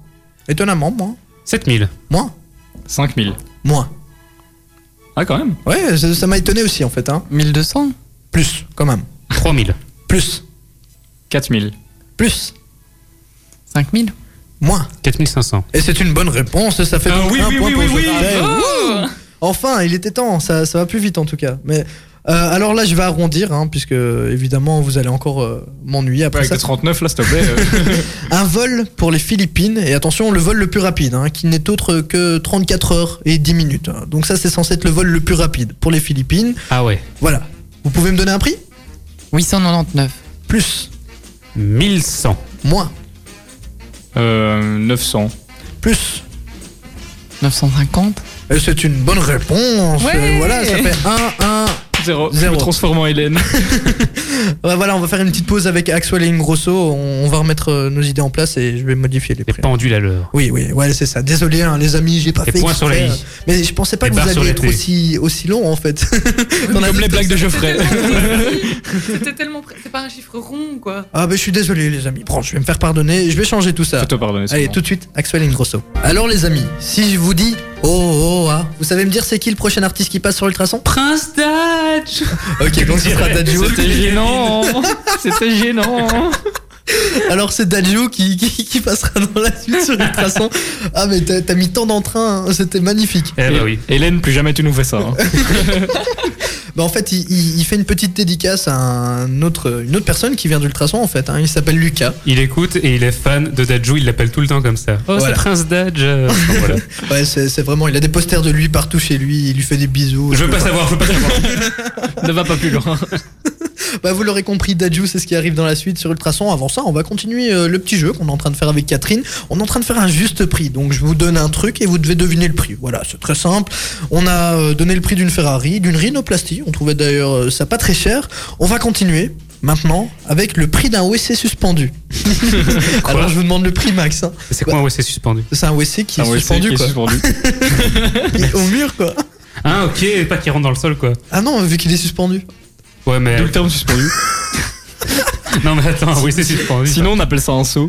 A: Étonnamment, moins.
B: 7000.
A: Moins.
C: 5 000.
A: Moins.
C: Ah, quand même.
A: Ouais, ça ça m'a étonné aussi en fait. Hein.
F: 1200.
A: Plus, quand même.
B: 3000.
A: Plus.
C: 4 000.
A: Plus.
F: 5000.
A: Moins.
B: 4500.
A: Et c'est une bonne réponse, ça fait
B: Ah
A: donc
B: oui,
A: un
B: oui,
A: point
B: oui,
A: pour
B: oui,
A: Jean-Pierre.
B: oui.
C: Ah,
A: Ouais. Enfin, il était temps, ça, ça va plus vite en tout cas. Mais euh, alors là, je vais arrondir, hein, puisque évidemment, vous allez encore euh, m'ennuyer après
C: avec
A: ça.
C: tes 39, là, s'il te plaît. euh,
A: Un vol pour les Philippines, et attention, le vol le plus rapide, hein, qui n'est autre que 34 heures et 10 minutes. hein. Donc ça, c'est censé être le vol le plus rapide pour les Philippines.
B: Ah ouais.
A: Voilà. Vous pouvez me donner un prix
F: 899.
A: Plus,
B: 1100.
A: moins,
C: euh, 900.
A: plus.
F: 950.
A: Et c'est une bonne réponse.
F: Ouais.
A: Euh, Voilà, ça fait 1, 1,
C: Zéro. Je
A: Zéro.
C: me transforme en Hélène.
A: Ouais, voilà, on va faire une petite pause avec Axel et Ingrosso. On, on va remettre euh, nos idées en place et je vais modifier les
B: Les
A: prix.
B: pendules à l'heure.
A: Oui, oui, ouais, c'est ça. Désolé, hein, les amis, j'ai pas
B: Les
A: fait.
B: points sur
A: exprès,
B: les i.
A: euh, Mais je pensais pas
B: Les
A: que vous
B: barres sur
A: alliez
B: les
A: être
B: t.
A: aussi, aussi long en fait. T'en as
C: Comme
A: dit-
C: les blagues de Geoffrey.
F: C'était tellement. C'est pas un chiffre rond quoi.
A: Ah, bah je suis désolé, les amis. Bon, je vais me faire pardonner. Je vais changer tout ça.
C: Faut te pardonner.
A: Allez,
C: sûrement.
A: tout de suite, Axel Ingrosso. Alors, les amis, si je vous dis. Oh, oh, ah, vous savez me dire c'est qui le prochain artiste qui passe sur Ultrason
F: Prince Dutch
A: Ok, donc ce sera Dadju.
C: C'était gênant. C'était gênant.
A: Alors c'est Dadju qui, qui, qui passera dans la suite sur Ultrason. Ah mais t'as t'as mis tant d'entrain, hein, c'était magnifique.
B: Eh bah oui.
C: Hélène, plus jamais tu nous fais ça. hein.
A: Bah en fait il, il- il fait une petite dédicace à un autre, une autre personne qui vient d'Ultrason en fait. hein. Il s'appelle Lucas.
B: Il écoute et il est fan de Dadju, il l'appelle tout le temps comme ça. Oh,
A: Voilà.
B: c'est Prince Dadju. Enfin, voilà.
A: Ouais c'est c'est vraiment, il a des posters de lui partout chez lui, il lui fait des bisous.
B: Je veux pas savoir, je veux pas savoir.
C: ne va pas plus loin.
A: Bah vous l'aurez compris, Dadju c'est ce qui arrive dans la suite sur Ultrason. Avant ça on va continuer euh, le petit jeu qu'on est en train de faire avec Catherine. On est en train de faire un juste prix. Donc je vous donne un truc et vous devez deviner le prix. Voilà c'est très simple. On a euh, donné le prix d'une Ferrari, d'une rhinoplastie. On trouvait d'ailleurs euh, ça pas très cher. On va continuer maintenant avec le prix d'un OSC suspendu. Alors je vous demande le prix max. hein.
B: C'est quoi un OSC suspendu
A: C'est un OSC qui
C: Ah
A: est
C: ouais, c'est-
A: suspendu
C: qui est
A: quoi.
C: suspendu.
A: Au mur quoi.
B: Ah, ok, pas qu'il rentre dans le sol quoi.
A: Ah non vu qu'il est suspendu.
B: Ouais, mais.
C: D'où le terme suspendu.
B: Non, mais attends, un OSC suspendu.
C: Sinon, on appelle ça un saut.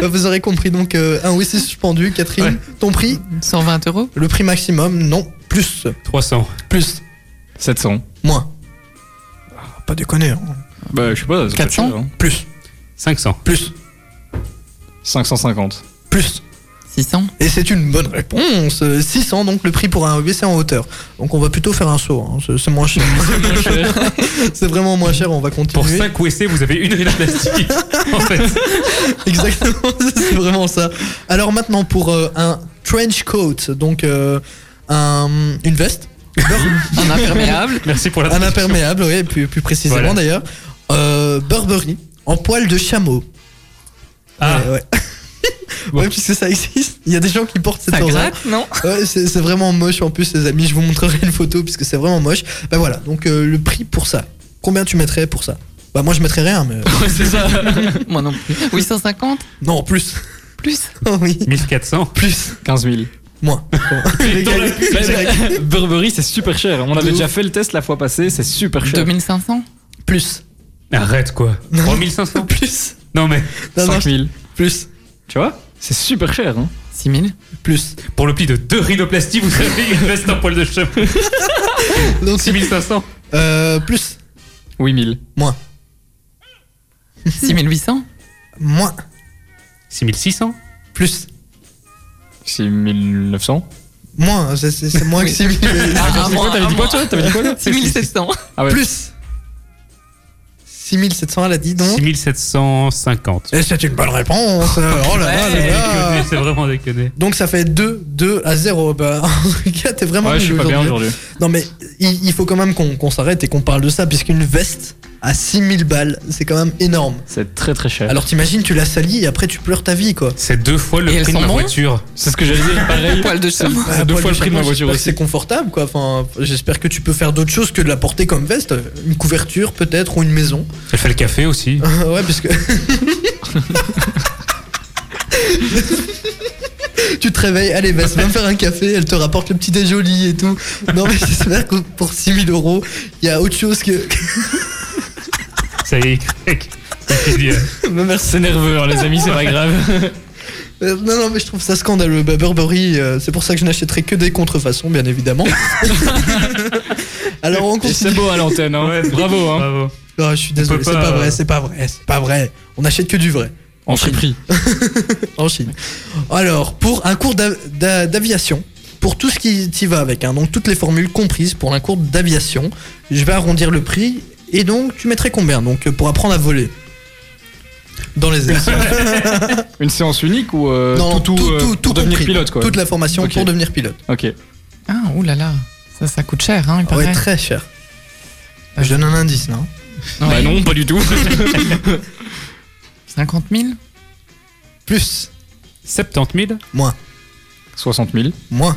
A: Bah, vous aurez compris donc euh, un OSC suspendu. Catherine,
B: Ouais.
A: ton prix
F: 120 euros
A: Le prix maximum, non. Plus.
B: 300.
A: Plus.
C: 700.
A: Moins. Ah, Pas déconner. hein.
C: Bah, je sais pas. ça peut
F: 400.
C: être cher, hein.
A: Plus.
B: 500.
A: Plus.
C: 550.
A: Plus.
F: 600.
A: Et c'est une bonne réponse. Euh, 600, donc le prix pour un OBC en hauteur. Donc on va plutôt faire un saut. hein. C'est- C'est moins cher. c'est vraiment moins cher. On va continuer.
B: Pour 5 OSC, vous avez une rhinoplastie. en fait.
A: Exactement. c'est vraiment ça. Alors maintenant, pour euh, un trench coat, donc euh, un, une veste.
F: Un imperméable.
B: Merci pour la
A: Un imperméable, oui, plus, plus précisément
B: Voilà.
A: d'ailleurs. Euh, Burberry en poil de chameau.
B: Ah,
A: Ouais, ouais.
B: Bon.
A: Ouais, puisque ça existe. Il y a des gens qui portent cette
F: Ça
A: horreur.
F: gratte, non
A: Ouais, c'est c'est vraiment moche en plus, les amis. Je vous montrerai une photo puisque c'est vraiment moche. Bah voilà, donc euh, le prix pour ça. Combien tu mettrais pour ça Bah moi je mettrais rien, mais.
C: c'est ça.
F: Moi non plus. 850
A: Non, plus.
F: Plus
A: Oh oui,
B: 1400.
A: plus.
C: 15 000.
A: Moins.
B: Mais dans la pub,
A: direct.
C: Burberry, c'est super cher. On
A: De
C: avait déjà
A: ouf.
C: fait le test la fois passée, c'est super cher.
F: 2500
A: Plus.
B: Arrête quoi. 3500
A: Plus.
B: Non mais
A: Non, non,
C: 5000.
A: plus.
C: Tu vois C'est super cher. Hein
F: 6000
A: Plus.
B: pour le prix de deux rhinoplasties, vous savez, il reste un poil de cheveux.
A: Donc,
B: 6500.
A: euh, plus.
C: 8000.
A: Moins.
F: 6800
A: Moins.
B: 6600
A: Plus.
C: 6900.
A: Moins. C'est- C'est c'est moins que
F: Oui.
A: 6000.
C: T'avais dit quoi, t'avais dit quoi,
A: Ah,
C: toi T'avais dit quoi, là
F: 6700
C: Ah ouais.
A: Plus. 6700, elle a dit donc.
B: 6750.
A: Et c'est une bonne réponse. euh, Oh là là là
B: C'est
A: là.
B: déconné, c'est vraiment déconné.
A: Donc ça fait 2, 2 à 0. Bah, en tout cas, t'es vraiment
C: Ouais, je
A: nul
C: suis pas bien
A: aujourd'hui.
C: Ah, aujourd'hui.
A: Non mais il, il faut quand même qu'on qu'on s'arrête et qu'on parle de ça, puisqu'une veste à 6000 balles, c'est quand même énorme.
C: C'est très très cher.
A: Alors t'imagines, tu la salis et après tu pleures ta vie quoi.
B: C'est deux fois le
F: Et elles
B: prix de
F: sont
B: ma
F: bonnes
B: voiture.
C: c'est ce que j'allais dire, pareil.
F: Poil de chameau.
A: Ah,
C: C'est deux
A: Paul,
C: fois le prix de ma
A: j'espère
C: voiture
A: que
C: aussi.
A: C'est confortable quoi. Enfin, j'espère que tu peux faire d'autres choses que de la porter comme veste, une couverture peut-être ou une maison.
B: Elle fait le café aussi.
A: ouais, parce que tu te réveilles, allez,
B: Bah,
A: vas va me faire un café, elle te rapporte le petit déjoli et tout. Non mais j'espère que pour 6000 euros, il y a autre chose que.
B: Ça y est, Y. C'est fini. hein.
A: Merci.
C: C'est nerveux, hein, les amis, c'est pas grave.
A: Euh, non, non, mais je trouve ça scandaleux. Bah, Burberry, euh, c'est pour ça que je n'achèterai que des contrefaçons, bien évidemment. Alors, on
C: Et
A: continue.
C: C'est beau à l'antenne, hein. bravo. Hein.
B: Bravo.
A: Non, je suis désolé,
B: peut
A: c'est
B: pas,
A: pas vrai,
B: euh,
A: c'est pas vrai, c'est pas vrai. On n'achète que du vrai
C: En friperie.
A: en Chine. Alors, pour un cours d'a- d'a- d'aviation, pour tout ce qui y va avec, hein, donc toutes les formules comprises pour un cours d'aviation, je vais arrondir le prix. Et donc, tu mettrais combien donc euh, pour apprendre à voler dans les airs
C: Une séance unique ou euh,
A: Non,
C: tout, tout, euh, pour devenir
A: compris.
C: pilote quoi.
A: Toute la formation
C: Ok.
A: pour devenir pilote.
C: Ok.
F: Ah, oulala. Ça, ça coûte cher, hein, il
A: Ah Ouais,
F: paraît.
A: très cher. Je donne un indice, non
F: Ouais.
C: Bah non, pas du tout.
F: 50 000
A: Plus,
B: 70 000
A: moins,
C: 60 000.
A: moins,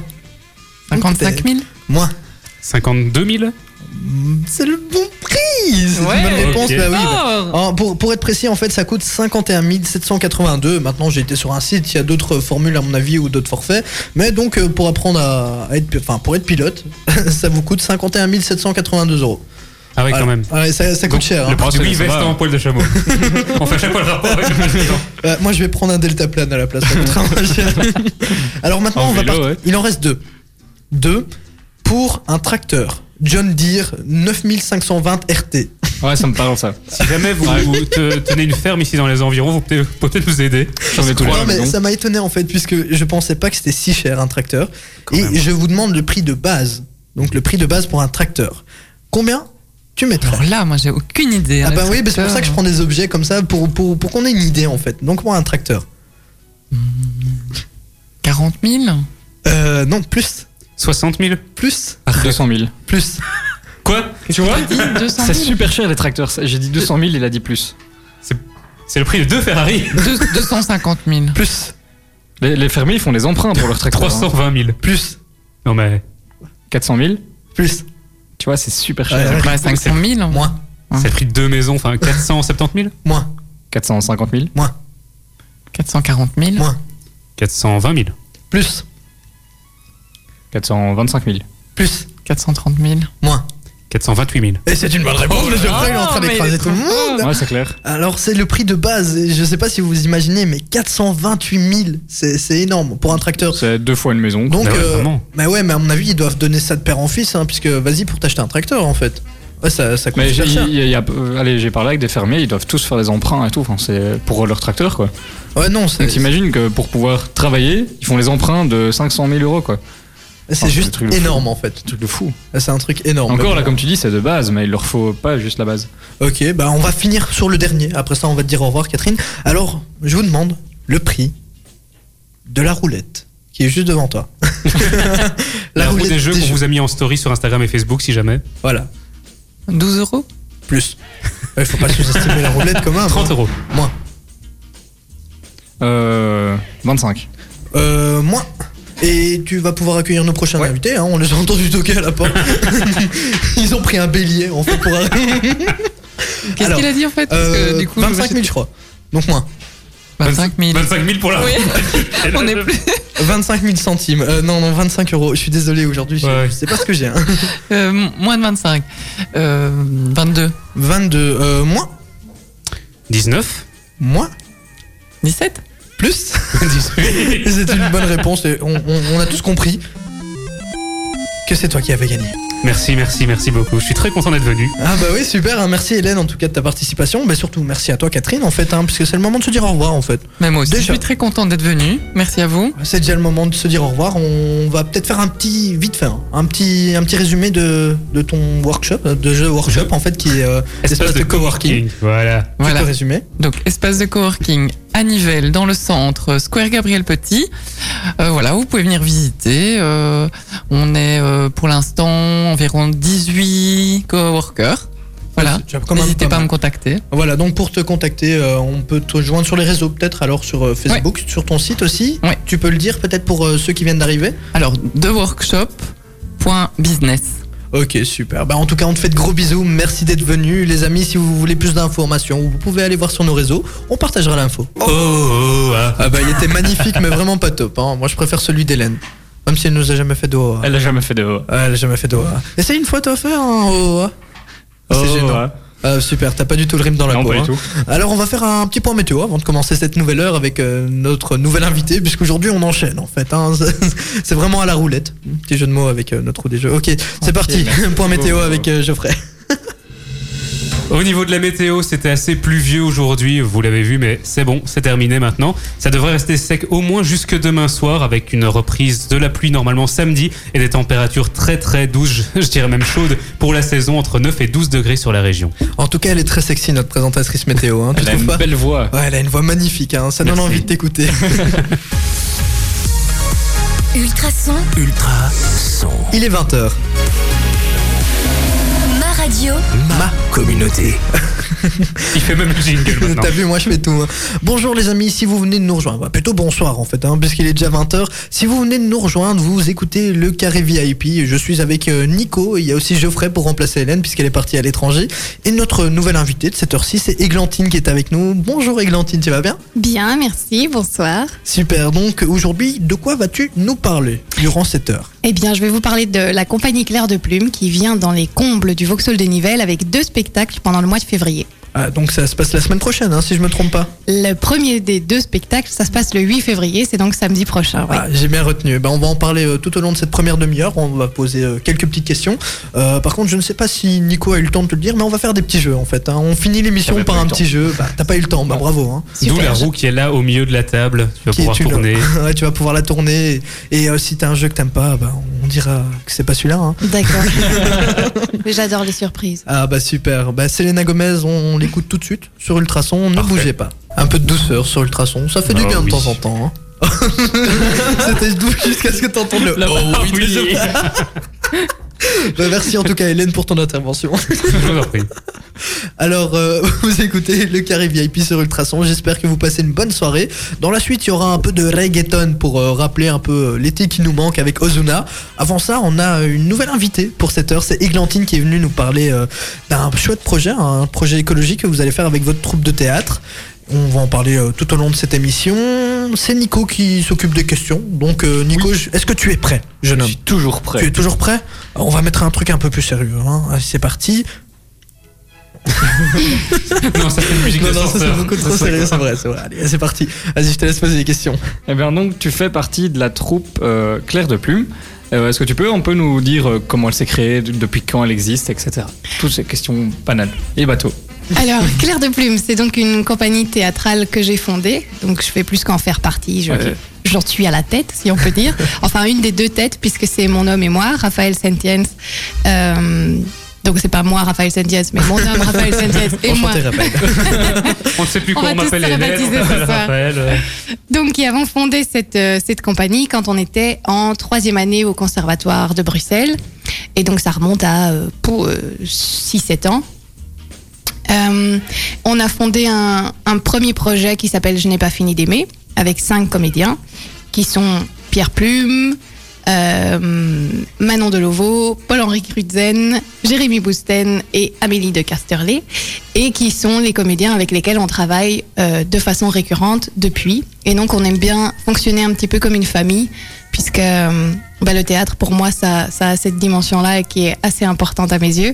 F: 55 000
A: moins.
B: 52 000
A: Mm, C'est le bon prix C'est
F: Ouais.
A: une bonne réponse,
B: Ok.
A: bah oui. bah.
F: Oh
A: Alors, pour, pour être précis, en fait, ça coûte 51 782. Maintenant, j'ai été sur un site, il y a d'autres formules à mon avis ou d'autres forfaits. Mais donc, euh, pour apprendre à, à être, pi- enfin, pour être pilote, ça vous coûte 51 782 euros.
B: Ah ouais, quand même.
A: Voilà. Ouais, ça, ça coûte
B: Donc,
A: cher.
B: Le
A: hein.
B: prix du
C: Ah, c'est-
B: oui,
C: ça
B: veste
C: va.
B: en poil de chameau. On fait à chaque fois le rapport avec le président.
A: Euh, moi, je vais prendre un deltaplane à la place. ça coûtera moins cher. Alors maintenant,
C: En
A: on va
C: vélo,
A: partir-
C: ouais.
A: Il en reste deux. Deux pour un tracteur. John Deere 9520 RT.
C: Ouais, ça me parle ça.
B: Si jamais vous, vous te- tenez une ferme ici dans les environs, vous pouvez pouvez peut-être nous aider.
C: J'en ai tous les
A: Non,
C: jours,
A: mais
C: donc.
A: ça m'a étonné en fait, puisque je pensais pas que c'était si cher un tracteur.
B: Quand
A: et
B: même.
A: je vous demande le prix de base. Donc le prix de base pour un tracteur. Combien tu mettrais
F: Alors là, moi, j'ai aucune idée.
A: Ah
F: hein,
A: bah
F: le
A: oui, bah c'est pour
F: tracteur.
A: ça que je prends des objets comme ça, pour, pour, pour qu'on ait une idée en fait. Donc moi, un tracteur.
F: 40 000
A: Euh, non, plus.
B: 60 000
A: Plus.
C: 200 000.
A: Plus.
B: Quoi
C: Tu vois
F: 200
C: C'est
F: 000
C: super cher les tracteurs. ça. J'ai dit 200 000, il a dit plus.
B: C'est le prix de deux Ferrari
F: Deux- 250 000
A: Plus.
C: Les, les fermiers, ils font les emprunts pour leurs tracteurs. hein.
B: 320 000.
A: Plus.
B: Non mais
C: 400 000.
A: Plus.
C: Tu vois, c'est super
A: Ah Ouais,
C: cher.
A: ouais.
F: Bah, 500 000
A: Moins.
B: c'est le prix de deux maisons, enfin 470 000
A: Moins.
C: 450 000.
A: Moins.
F: 440 000
A: Moins.
B: 420 000.
A: Plus.
C: 425 000.
A: Plus.
F: 430 000
A: Moins.
B: 428 000.
A: Et c'est une bonne réponse, monsieur Frey, il est en train
F: Oh mais il est
A: d'écraser tout
F: trop
A: le monde.
C: Ouais, c'est clair.
A: Alors c'est le prix de base, et je sais pas si vous imaginez, mais 428 000, c'est c'est énorme pour un tracteur.
C: C'est deux fois une maison.
A: Donc,
B: Bah ouais,
A: euh,
B: vraiment.
A: bah ouais, mais à mon avis, ils doivent donner ça de père en fils, hein, puisque vas-y pour t'acheter un tracteur en fait. Ouais, ça, ça coûte
C: Mais j'ai-
A: super cher.
C: il y a- il y a- euh, allez, j'ai parlé avec des fermiers, ils doivent tous faire des emprunts et tout. Enfin, c'est pour leurs tracteurs quoi.
A: Ouais, non, c'est
C: Donc t'imagines que pour pouvoir travailler, ils font les emprunts de 500 000 euros quoi.
A: c'est
C: Oh, un
A: juste
C: truc de fou.
A: énorme en fait.
C: Truc de fou.
A: C'est un truc énorme.
C: Encore là, comme tu dis, c'est de base, mais il leur faut pas juste la base.
A: Ok, bah on va finir sur le dernier. Après ça, on va te dire au revoir, Catherine. Alors, je vous demande le prix de la roulette qui est juste devant toi.
B: La, roue des jeux qu'on vous a mis en story sur Instagram et Facebook si jamais.
A: Voilà,
F: 12 euros
A: plus. Il faut pas sous-estimer la roulette quand même.
B: 30 euros.
A: Moins.
C: Euh, 25.
A: Euh, moins. Et tu vas pouvoir accueillir nos prochains invités. hein, on les a entendus toquer à la porte. Ils ont pris un bélier en fait pour arriver.
F: Qu'est-ce
A: Alors,
F: qu'il a dit en fait Parce que,
A: Euh,
F: du coup,
A: 25 000 je crois. Donc moins.
F: 25 000.
B: 25 000 pour la
F: Oui.
B: Et là,
F: On
B: je-
F: est plus.
A: 25 000 centimes. Euh, non, non, 25 euros. Je suis désolé aujourd'hui. je-
B: Ouais.
A: Je sais pas ce que j'ai. hein.
F: euh, moins de 25. Euh, 22.
A: 22. euh, moins.
B: 19
A: Moins
F: 17
A: Plus C'est une bonne réponse. et On, on- on a tous compris que c'est toi qui avais gagné.
B: Merci, merci, merci beaucoup. Je suis très content d'être venu.
A: Ah bah oui, super. hein. Merci Hélène en tout cas de ta participation. Mais surtout merci à toi Catherine en fait, hein, parce que c'est le moment de se dire au revoir en fait.
F: Mais moi aussi,
A: Déjà.
F: je suis très contente d'être venue. Merci à vous.
A: C'est déjà le moment de se dire au revoir. On va peut-être faire un petit vite fait, hein, un petit un petit résumé de, de ton workshop, de jeu workshop en fait qui est euh, l'espace
B: Voilà.
A: Tu
F: Voilà.
A: peux résumer
F: Donc, espace de coworking à Nivelles, dans le centre, Square Gabriel Petit. Euh, voilà, vous pouvez venir visiter. Euh, on est euh, pour l'instant environ 18 coworkers. Voilà.
A: C'est déjà quand même
F: Hein N'hésitez pas à
A: mal.
F: me contacter.
A: Voilà, donc pour te contacter, euh, on peut te joindre sur les réseaux, peut-être alors sur euh, Facebook, sur ton site aussi.
F: Ouais.
A: Tu peux le dire peut-être pour euh, ceux qui viennent d'arriver.
F: Alors, theworkshop.business.
A: Ok, super. Bah, en tout cas, on te fait de gros bisous. Merci d'être venu. Les amis, si vous voulez plus d'informations, vous pouvez aller voir sur nos réseaux. On partagera l'info.
B: Oh, oh, ah.
A: Ah bah, il était magnifique, mais vraiment pas top. hein. Moi, je préfère celui d'Hélène. Même si elle nous a jamais fait de OA.
C: Elle a jamais fait de Oh,
A: Ah, Elle a jamais fait de OA. Essaye une hein, fois, toi, faire un OA. C'est gênant. Ah, super, t'as pas du tout le rime dans la
C: Non,
A: peau.
C: pas du
A: hein.
C: tout.
A: Alors on va faire un petit point météo avant de commencer cette nouvelle heure avec euh, notre nouvel invité, puisqu'aujourd'hui on enchaîne en fait. hein. C'est vraiment à la roulette. Petit jeu de mots avec euh, notre roue des jeux. Ok, c'est parti. point météo avec euh, Geoffrey.
B: Au niveau de la météo, c'était assez pluvieux aujourd'hui, vous l'avez vu, mais c'est bon, c'est terminé maintenant. Ça devrait rester sec au moins jusque demain soir, avec une reprise de la pluie normalement samedi et des températures très très douces, je dirais même chaudes, pour la saison entre 9 et 12 degrés sur la région.
A: En tout cas, elle est très sexy notre présentatrice météo. Hein, tu
C: Elle a
A: trouves
C: une
A: pas
C: belle voix.
A: Ouais, elle a une voix magnifique. hein, Ça donne
B: Merci.
A: envie de t'écouter.
D: Ultrason,
H: Ultra son.
A: Il est 20 h
D: ma radio.
H: Ma communauté.
B: Il fait même le jingle maintenant.
A: T'as vu, moi je fais tout. hein. Bonjour les amis, si vous venez de nous rejoindre, ouais, plutôt bonsoir en fait, hein, puisqu'il est déjà 20h. Si vous venez de nous rejoindre, vous écoutez le carré VIP. Je suis avec euh, Nico, et il y a aussi Geoffrey pour remplacer Hélène, puisqu'elle est partie à l'étranger. Et notre nouvelle invitée de cette heure-ci, c'est Églantine qui est avec nous. Bonjour Églantine, tu vas bien
I: Bien, merci, bonsoir.
A: Super, donc aujourd'hui, de quoi vas-tu nous parler durant cette heure
I: Eh bien, je vais vous parler de la compagnie Claire de Plume qui vient dans les combles du Vauxhall de Nivelles avec deux spectacles pendant le mois de février.
A: Ah, Donc ça se passe la semaine prochaine, hein, si je me trompe pas.
I: Le premier des deux spectacles, ça se passe le 8 février, c'est donc samedi prochain. oui.
A: Ah, J'ai bien retenu. Ben, on va en parler euh, tout au long de cette première demi-heure. On va poser euh, quelques petites questions. Euh, par contre, je ne sais pas si Nico a eu le temps de te le dire, mais on va faire des petits jeux en fait. hein. On finit l'émission
C: J'avais
A: par
C: pas eu
A: un
C: le
A: petit jeu. Bah, T'as pas eu le temps, bah, bravo. Hein.
B: D'où
I: Super.
B: la roue qui est là au milieu de la table, tu vas
A: Qui est
B: pouvoir
A: une-
B: tourner.
A: Ouais, tu vas pouvoir la tourner. Et euh, si t'as un jeu que t'aimes pas, bah, on dira que c'est pas celui-là. hein.
I: D'accord. Mais J'adore les surprises.
A: Ah bah super. Bah, Selena Gomez, on, on l'écoute tout de suite sur Ultrason. Ne
B: Parfait.
A: bougez pas. Un peu de douceur sur Ultrason, ça fait du
B: Oh
A: bien de
B: oui.
A: temps en temps. hein. C'était doux jusqu'à ce que t'entendes le. Oh oui, désolé. Bah, merci en tout cas Hélène pour ton intervention.
B: Je vous en prie.
A: Alors euh, vous écoutez le carré VIP sur Ultrason, j'espère que vous passez une bonne soirée. Dans la suite il y aura un peu de reggaeton pour euh, rappeler un peu euh, l'été qui nous manque avec Ozuna. Avant ça on a euh, une nouvelle invitée pour cette heure, c'est Églantine qui est venue nous parler euh, d'un chouette projet, hein, un projet écologique que vous allez faire avec votre troupe de théâtre. On va en parler euh, tout au long de cette émission. C'est Nico qui s'occupe des questions. Donc euh, Nico, je- est-ce que tu es prêt, jeune
C: Je
A: homme
C: suis toujours
A: tu
C: prêt.
A: es toujours prêt On va mettre un truc un peu plus sérieux. Hein. Allez, C'est parti.
B: Non, ça fait une musique de
A: ça,
B: sorteur. Ça,
A: c'est vrai, c'est vrai. Allez, c'est parti. Vas-y, je te laisse poser des questions.
C: Eh bien, donc, tu fais partie de la troupe euh, Claire de Plume. Euh, Est-ce que tu peux un peu nous dire euh, comment elle s'est créée, d- depuis quand elle existe, etc. Toutes ces questions banales. Et bateaux.
I: Alors, Claire de Plume, c'est donc une compagnie théâtrale que j'ai fondée. Donc, je fais plus qu'en faire partie. Je,
C: Ok.
I: J'en suis à la tête, si on peut dire. Enfin, une des deux têtes, puisque c'est mon homme et moi, Raphaël Sentiens. Euh, donc, c'est pas moi, Raphaël Sentiens, mais mon homme, Raphaël Sentiens, et moi.
A: Enchanté, Raphaël.
B: On ne sait plus
I: On
B: comment
I: va
B: on
I: tous
B: m'appelle
I: se
B: Hélène, on
I: rebaptiser,
B: m'appelle
I: c'est ça.
B: Raphaël.
I: Donc, qui avons fondé cette, euh, cette compagnie quand on était en troisième année au Conservatoire de Bruxelles. Et donc, ça remonte à euh, 6-7 ans. Euh, on a fondé un, un premier projet qui s'appelle Je n'ai pas fini d'aimer, avec cinq comédiens, qui sont Pierre Plume, euh, Manon Deloveau, Paul-Henri Crutzen, Jérémy Bousten et Amélie de Casterlet, et qui sont les comédiens avec lesquels on travaille euh, de façon récurrente depuis. Et donc on aime bien fonctionner un petit peu comme une famille, puisque euh, bah, le théâtre, pour moi, ça, ça a cette dimension-là qui est assez importante à mes yeux.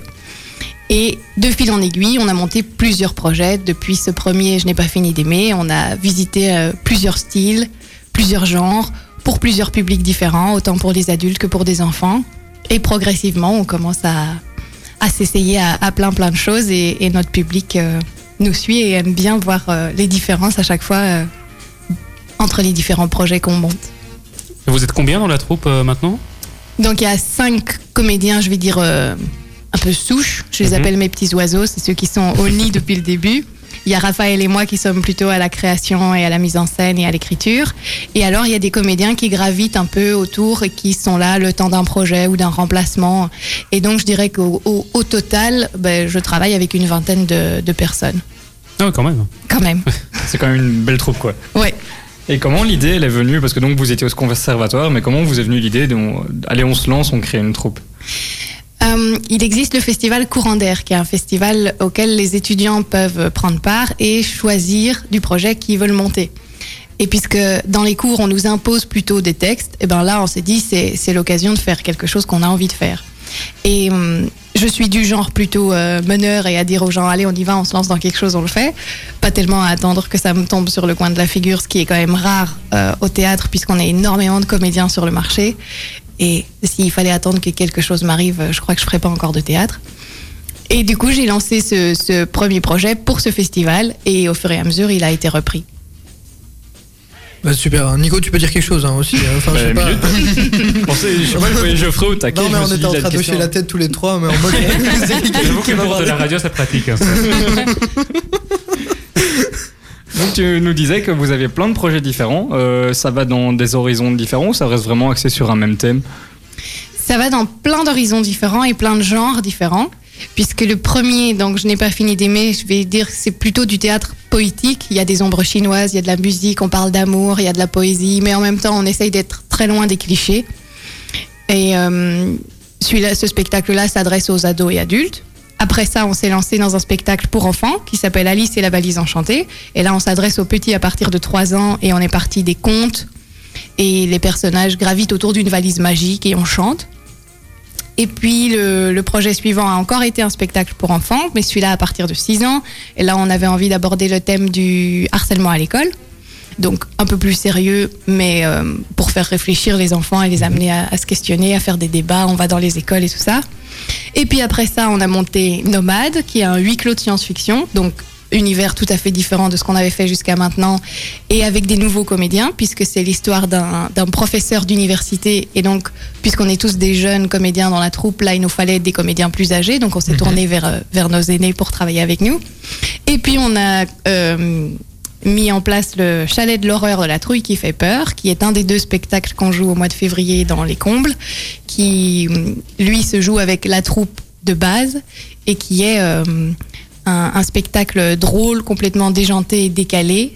I: Et de fil en aiguille, on a monté plusieurs projets. Depuis ce premier Je n'ai pas fini d'aimer, on a visité euh, plusieurs styles, plusieurs genres, pour plusieurs publics différents, autant pour les adultes que pour des enfants. Et progressivement, on commence à, à s'essayer à, à plein plein de choses et, et notre public euh, nous suit et aime bien voir euh, les différences à chaque fois euh, entre les différents projets qu'on monte.
B: Et Vous êtes combien dans la troupe euh, maintenant
I: Donc il y a cinq comédiens, je vais dire, euh, un peu souches. Je les
B: Mhm.
I: appelle mes petits oiseaux, c'est ceux qui sont au nid depuis le début. Il y a Raphaël et moi qui sommes plutôt à la création et à la mise en scène et à l'écriture. Et alors, il y a des comédiens qui gravitent un peu autour et qui sont là le temps d'un projet ou d'un remplacement. Et donc, je dirais qu'au au- au total, ben, je travaille avec une vingtaine de, de personnes,
B: Ah ouais, quand même.
I: quand même.
C: C'est quand même une belle troupe, quoi.
I: Ouais.
C: Et comment l'idée, elle est venue Parce que donc vous étiez au conservatoire, mais comment vous est venue l'idée de allez, on se lance, on crée une troupe
I: Euh, il existe le festival Courant d'air, qui est un festival auquel les étudiants peuvent prendre part et choisir du projet qu'ils veulent monter. Et puisque dans les cours, on nous impose plutôt des textes, et ben là, on s'est dit, c'est c'est l'occasion de faire quelque chose qu'on a envie de faire. Et hum, je suis du genre plutôt euh, meneur et à dire aux gens, allez, on y va, on se lance dans quelque chose, on le fait. Pas tellement à attendre que ça me tombe sur le coin de la figure, ce qui est quand même rare euh, au théâtre, puisqu'on a énormément de comédiens sur le marché. Et s'il fallait attendre que quelque chose m'arrive, euh, je crois que je ferais pas encore de théâtre. Et du coup, j'ai lancé ce, ce premier projet pour ce festival, et au fur et à mesure, il a été repris.
A: Bah, super. hein. Nico, tu peux dire quelque chose hein, aussi. hein. Enfin, je sais
C: Bah,
A: pas.
C: milieu de- Pensez, je sais pas, je voyais Geoffrey au taquet.
A: Non, mais
C: je me
A: on
C: suis
A: était
C: dit,
A: en
C: il a
A: train de hocher
C: des questions.
A: la tête tous les trois, mais en mode.
B: J'avoue que pour de la radio, ça pratique. hein, ça.
C: Donc tu nous disais que vous aviez plein de projets différents. Euh, ça va dans des horizons différents ou ça reste vraiment axé sur un même thème
I: Ça va dans plein d'horizons différents et plein de genres différents. Puisque le premier, donc je n'ai pas fini d'aimer, je vais dire que c'est plutôt du théâtre poétique. Il y a des ombres chinoises, il y a de la musique, on parle d'amour, il y a de la poésie, mais en même temps on essaye d'être très loin des clichés. Et euh, celui-là, ce spectacle-là s'adresse aux ados et adultes. Après ça, on s'est lancé dans un spectacle pour enfants qui s'appelle Alice et la valise enchantée. Et là, on s'adresse aux petits à partir de 3 ans et on est parti des contes. Et les personnages gravitent autour d'une valise magique et on chante. Et puis le, le projet suivant a encore été un spectacle pour enfants, mais celui-là à partir de 6 ans. Et là, on avait envie d'aborder le thème du harcèlement à l'école. Donc un peu plus sérieux, mais euh, pour faire réfléchir les enfants et les amener à, à se questionner, à faire des débats. On va dans les écoles et tout ça. Et puis après ça, on a monté Nomade, qui est un huis clos de science-fiction. Donc univers tout à fait différent de ce qu'on avait fait jusqu'à maintenant et avec des nouveaux comédiens puisque c'est l'histoire d'un d'un professeur d'université et donc puisqu'on est tous des jeunes comédiens dans la troupe là il nous fallait des comédiens plus âgés donc on s'est tourné vers, euh, vers nos aînés pour travailler avec nous et puis on a euh, mis en place le chalet de l'horreur de la trouille qui fait peur qui est un des deux spectacles qu'on joue au mois de février dans les combles qui hum, lui se joue avec la troupe de base et qui est euh, un, un spectacle drôle, complètement déjanté et décalé.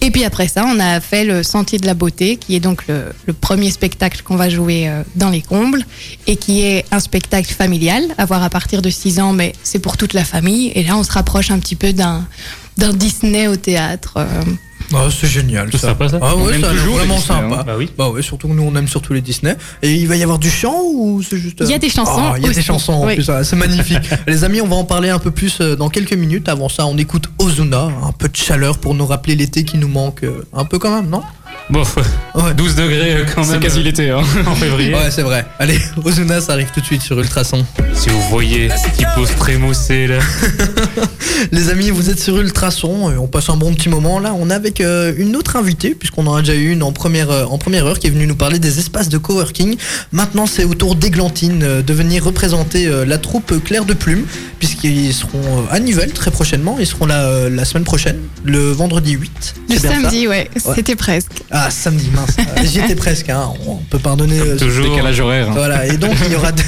I: Et puis après ça, on a fait le Sentier de la Beauté, qui est donc le, le premier spectacle qu'on va jouer euh, dans les combles, et qui est un spectacle familial, à voir à partir de 6 ans, mais c'est pour toute la famille. Et là, on se rapproche un petit peu d'un d'un Disney au théâtre. euh,
A: Oh, c'est génial.
B: C'est
A: ça.
B: sympa, ça.
A: Ah
C: On
A: ouais,
C: aime
A: ça a l'air
C: toujours les
A: vraiment
C: Disney, hein.
A: sympa.
B: Bah oui.
A: Bah ouais, surtout que nous on aime surtout les Disney. Et il va y avoir du chant ou c'est juste. euh,
I: Il y a des chansons
A: Ah, il y a des
I: aussi.
A: chansons en
I: Oui.
A: plus, ah, c'est magnifique. les amis, on va en parler un peu plus euh, dans quelques minutes. Avant ça, on écoute Ozuna, un peu de chaleur pour nous rappeler l'été qui nous manque euh, un peu quand même, non
B: Bon, faut-
A: Ouais.
B: 12 degrés euh, quand même.
C: C'est quasi
B: euh,
C: l'été. Hein.
B: en février.
A: Ouais, c'est vrai. Allez, Ozuna, ça arrive tout de suite sur Ultrason.
B: Si vous voyez ce qui pose très moussé là.
A: Les amis, vous êtes sur Ultrason et on passe un bon petit moment. Là, on est avec euh, une autre invitée, puisqu'on en a déjà eu une en première, euh, en première heure qui est venue nous parler des espaces de coworking. Maintenant, c'est au tour d'Églantine euh, de venir représenter euh, la troupe Claire de Plume, puisqu'ils seront euh, à Nivelles très prochainement. Ils seront là euh, la semaine prochaine, le vendredi 8.
I: le
A: c'est bien ça
I: samedi, ouais,
A: Ouais.
I: c'était presque.
A: Ah, samedi, mince. Euh, J'y étais presque, hein. on peut pardonner. euh,
B: Toujours.
C: Décalage horaire. hein.
A: voilà, et donc il y aura. deux-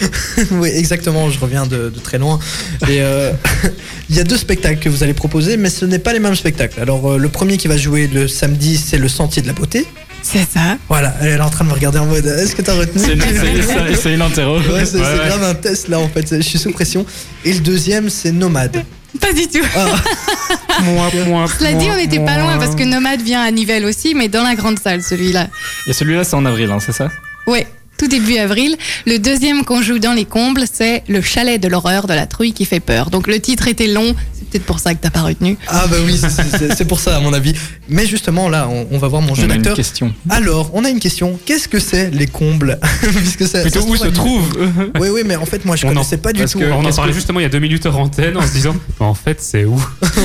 A: oui, exactement, je reviens de, de très loin. Et euh, il y a deux spectacles que vous allez proposer, mais ce n'est pas les mêmes spectacles. Alors, euh, le premier qui va jouer le samedi, c'est Le Sentier de la Beauté.
I: C'est ça.
A: Voilà, elle est en train de me regarder en mode Est-ce que t'as retenu
C: C'est une- c'est- c'est- c'est une interro.
A: Ouais, c'est c'est
B: Ouais, ouais.
A: grave un test là en fait, je suis sous pression. Et le deuxième, c'est Nomade.
I: Pas du tout.
B: Moi, moi,
I: Cela dit,
B: moi,
I: on n'était pas
B: moi.
I: loin parce que Nomade vient à Nivelles aussi, mais dans la grande salle celui-là.
C: Et celui-là, c'est en avril, hein, c'est ça
I: Ouais. tout début avril. Le deuxième qu'on joue dans les combles, c'est Le chalet de l'horreur de la truie qui fait peur. Donc le titre était long, c'est peut-être pour ça que t'as pas retenu.
A: Ah bah oui, c'est- c'est c'est pour ça à mon avis. Mais justement là, on, on va voir mon jeu
C: On a une
A: d'acteur.
C: question.
A: Alors, on a une question. Qu'est-ce que c'est les combles Puisque ça-
B: Plutôt
A: ça
B: où se
A: à-
B: trouve
A: Oui, oui, mais en fait, moi, je
B: On en-
A: connaissais pas du
C: parce
A: tout.
C: que-
B: On en
C: qu'est-ce
B: parlait justement il y a deux minutes hors antenne en se disant Bah, en fait c'est où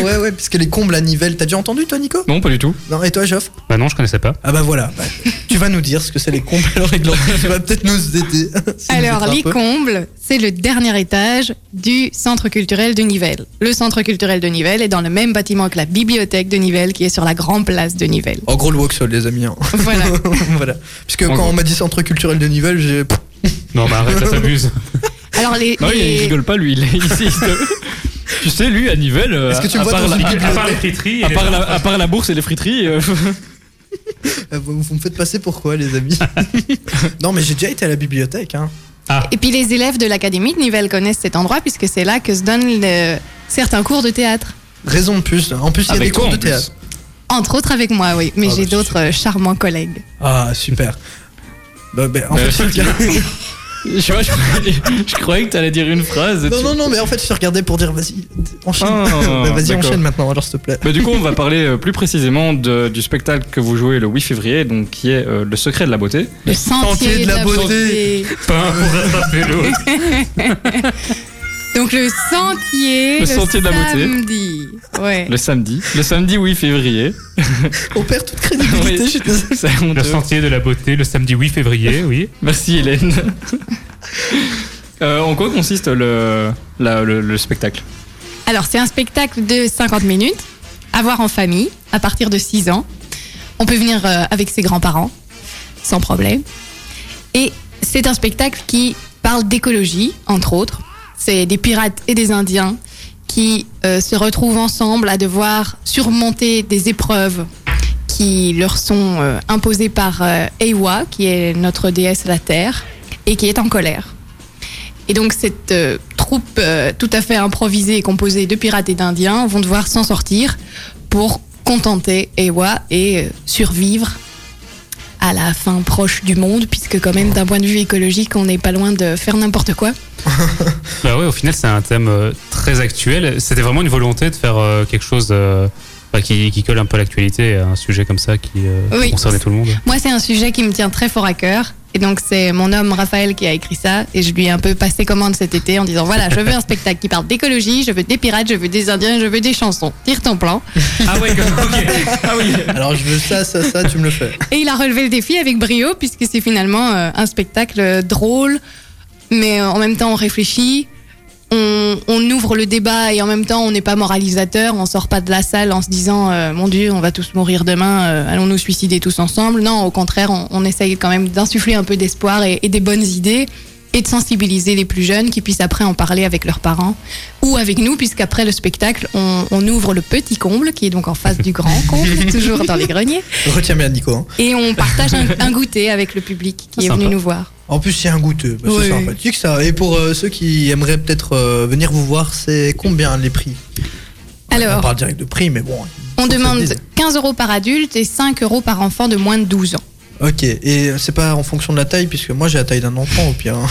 A: ouais, ouais, puisque les combles à Nivelles. T'as déjà entendu, toi, Nico
C: Non, pas du tout.
A: Non, et toi, Geoff
B: Bah non je connaissais pas.
A: Ah bah voilà. Bah, tu vas nous dire ce que c'est les combles alors avec leur- Tu vas peut-être nous aider. Si nous
I: Alors,
A: aides un
I: les
A: peu.
I: combles, c'est le dernier étage du centre culturel de Nivelles. Le centre culturel de Nivelles est dans le même bâtiment que la bibliothèque de Nivelles, qui est sur la grande place de Nivelles.
A: En gros, le Vauxhall, les amis. hein.
I: Voilà.
A: voilà. Puisque
C: En
A: quand
C: gros.
A: on m'a dit centre culturel de Nivelles, j'ai.
B: Non bah arrête ça s'abuse.
I: Alors, les,
A: Bah
C: Non, il
I: les-
C: rigole pas, lui. Il est ici. il se- tu sais, lui, à Nivelles, euh,
A: Est-ce que tu me
C: à,
A: vois
C: part
A: dans
C: la,
A: une
B: À part les
A: bibliothèque
B: friteries et
C: à
B: les-
C: part la- à part la bourse et les friteries, euh,
A: Euh, Vous, vous me faites passer pourquoi, les amis Non, mais j'ai déjà été à la bibliothèque. Hein.
I: Et puis, les élèves de l'académie de Nivelles connaissent cet endroit, puisque c'est là que se donnent le- certains cours de théâtre.
A: Raison de plus. Ah, En plus, il y a
C: Avec
A: des
C: toi,
A: cours
C: en
A: de
C: plus.
A: théâtre.
I: Entre autres avec moi, oui, mais
A: Ah,
I: j'ai
A: bah,
I: d'autres euh, charmants collègues.
A: Ah, super. Bah, bah, en
C: Bah,
A: fait,
C: c'est
A: je regardais-
C: je, vois, je, je croyais que t'allais dire une phrase. et
A: non,
C: tu-
A: non, non, mais en fait, je te regardais pour dire vas-y, enchaîne.
C: Ah,
A: Bah, vas-y,
C: d'accord.
A: enchaîne maintenant, alors s'il te plaît.
C: Bah, du coup, on va parler euh, plus précisément de- du spectacle que vous jouez le 8 février, donc qui est euh, Le secret de la beauté.
I: Le sentier, de la, beauté.
B: Pain pour rattraper l'autre.
I: Donc, le sentier,
C: Le sentier de la beauté.
I: samedi. Ouais.
C: Le samedi. Le samedi 8 février.
A: On perd toute crédibilité,
C: Oui.
A: je suis désolé.
C: C'est
B: Le
C: honteux.
B: sentier de la beauté le samedi 8 février oui.
C: Merci Hélène. Euh, en quoi consiste le, la- le, le spectacle
I: Alors, c'est un spectacle de 50 minutes à voir en famille à partir de 6 ans. On peut venir euh, avec ses grands-parents sans problème. Et c'est un spectacle qui parle d'écologie, entre autres. C'est des pirates et des Indiens qui euh, se retrouvent ensemble à devoir surmonter des épreuves qui leur sont euh, imposées par euh, Ewa, qui est notre déesse de la Terre, et qui est en colère. Et donc cette euh, troupe euh, tout à fait improvisée et composée de pirates et d'indiens vont devoir s'en sortir pour contenter Ewa et euh, survivre à la fin proche du monde, puisque quand même d'un point de vue écologique, on n'est pas loin de faire n'importe quoi.
B: Bah ouais, au final, c'est un thème euh, très actuel. C'était vraiment une volonté de faire euh, quelque chose euh, bah, qui, qui colle un peu à l'actualité, à un sujet comme ça qui euh,
I: Oui.
B: concernait tout le monde.
I: Moi, c'est un sujet qui me tient très fort à cœur. Et donc, c'est mon homme Raphaël qui a écrit ça. Et je lui ai un peu passé commande cet été en disant Voilà, je veux un spectacle qui parle d'écologie, je veux des pirates, je veux des indiens, je veux des chansons. Tire ton plan.
B: Ah ouais, ok. Ah oui.
A: Alors, je veux ça, ça, ça, tu me le fais.
I: Et il a relevé le défi avec brio, puisque c'est finalement euh, un spectacle euh, drôle, mais euh, en même temps on réfléchit, on, on ouvre le débat et en même temps on n'est pas moralisateur, on sort pas de la salle en se disant euh, mon Dieu, on va tous mourir demain, euh, allons nous suicider tous ensemble. Non, au contraire, on, on essaye quand même d'insuffler un peu d'espoir et, et des bonnes idées et de sensibiliser les plus jeunes qui puissent après en parler avec leurs parents ou avec nous, puisqu'après le spectacle, on, on ouvre le petit comble qui est donc en face du grand comble, toujours dans les greniers.
A: Retiens bien, Nico. hein.
I: Et on partage un, un goûter avec le public qui
B: Ah,
I: est
B: sympa.
I: venu nous voir.
A: En plus, c'est un goûteux. Bah,
I: Oui.
A: C'est sympathique, ça. Et pour euh, ceux qui aimeraient peut-être euh, venir vous voir, c'est combien les prix On
I: Alors,
A: parle direct de prix, mais bon.
I: Oh. on
A: faut que ça
I: demande
A: se dise.
I: 15 euros par adulte et 5 euros par enfant de moins de 12 ans.
A: Ok, et c'est pas en fonction de la taille, puisque moi j'ai la taille d'un enfant au pire. hein.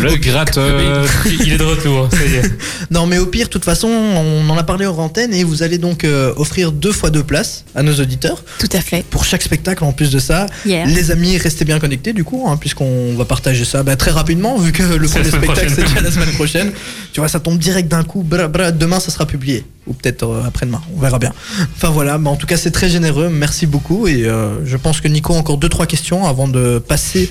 C: Le euh, gratteur.
B: Il il est de retour, ça y est.
A: Non, mais au pire, de toute façon, on en a parlé hors antenne et vous allez donc euh, offrir deux fois deux places à nos auditeurs
I: Tout à fait.
A: pour chaque spectacle en plus de ça.
I: Hier.
A: Les amis, restez bien connectés du coup, hein, puisqu'on va partager ça bah, très rapidement, vu que le
B: C'est la
A: premier
B: semaine
A: spectacle c'est
B: prochaine.
A: déjà la semaine prochaine. Tu vois, ça tombe direct d'un coup, bra, bra, demain ça sera publié, ou peut-être euh, après-demain, on verra bien. Enfin voilà, mais en tout cas c'est très généreux, merci beaucoup. Et euh, je pense que Nico a encore deux trois questions avant de passer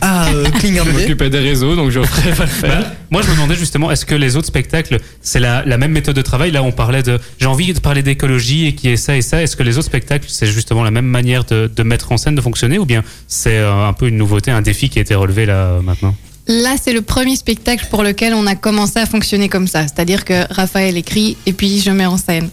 A: à euh, Cling
C: Je m'occupais des réseaux, donc je ferai pas le faire.
B: Bah, moi, je me demandais justement, est-ce que les autres spectacles, c'est la, la même méthode de travail Là, on parlait de. J'ai envie de parler d'écologie et qui est ça et ça. Est-ce que les autres spectacles, c'est justement la même manière de, de mettre en scène, de fonctionner Ou bien c'est euh, un peu une nouveauté, un défi qui a été relevé là euh, maintenant
I: Là, c'est le premier spectacle pour lequel on a commencé à fonctionner comme ça. C'est-à-dire que Raphaël écrit et puis je mets en scène.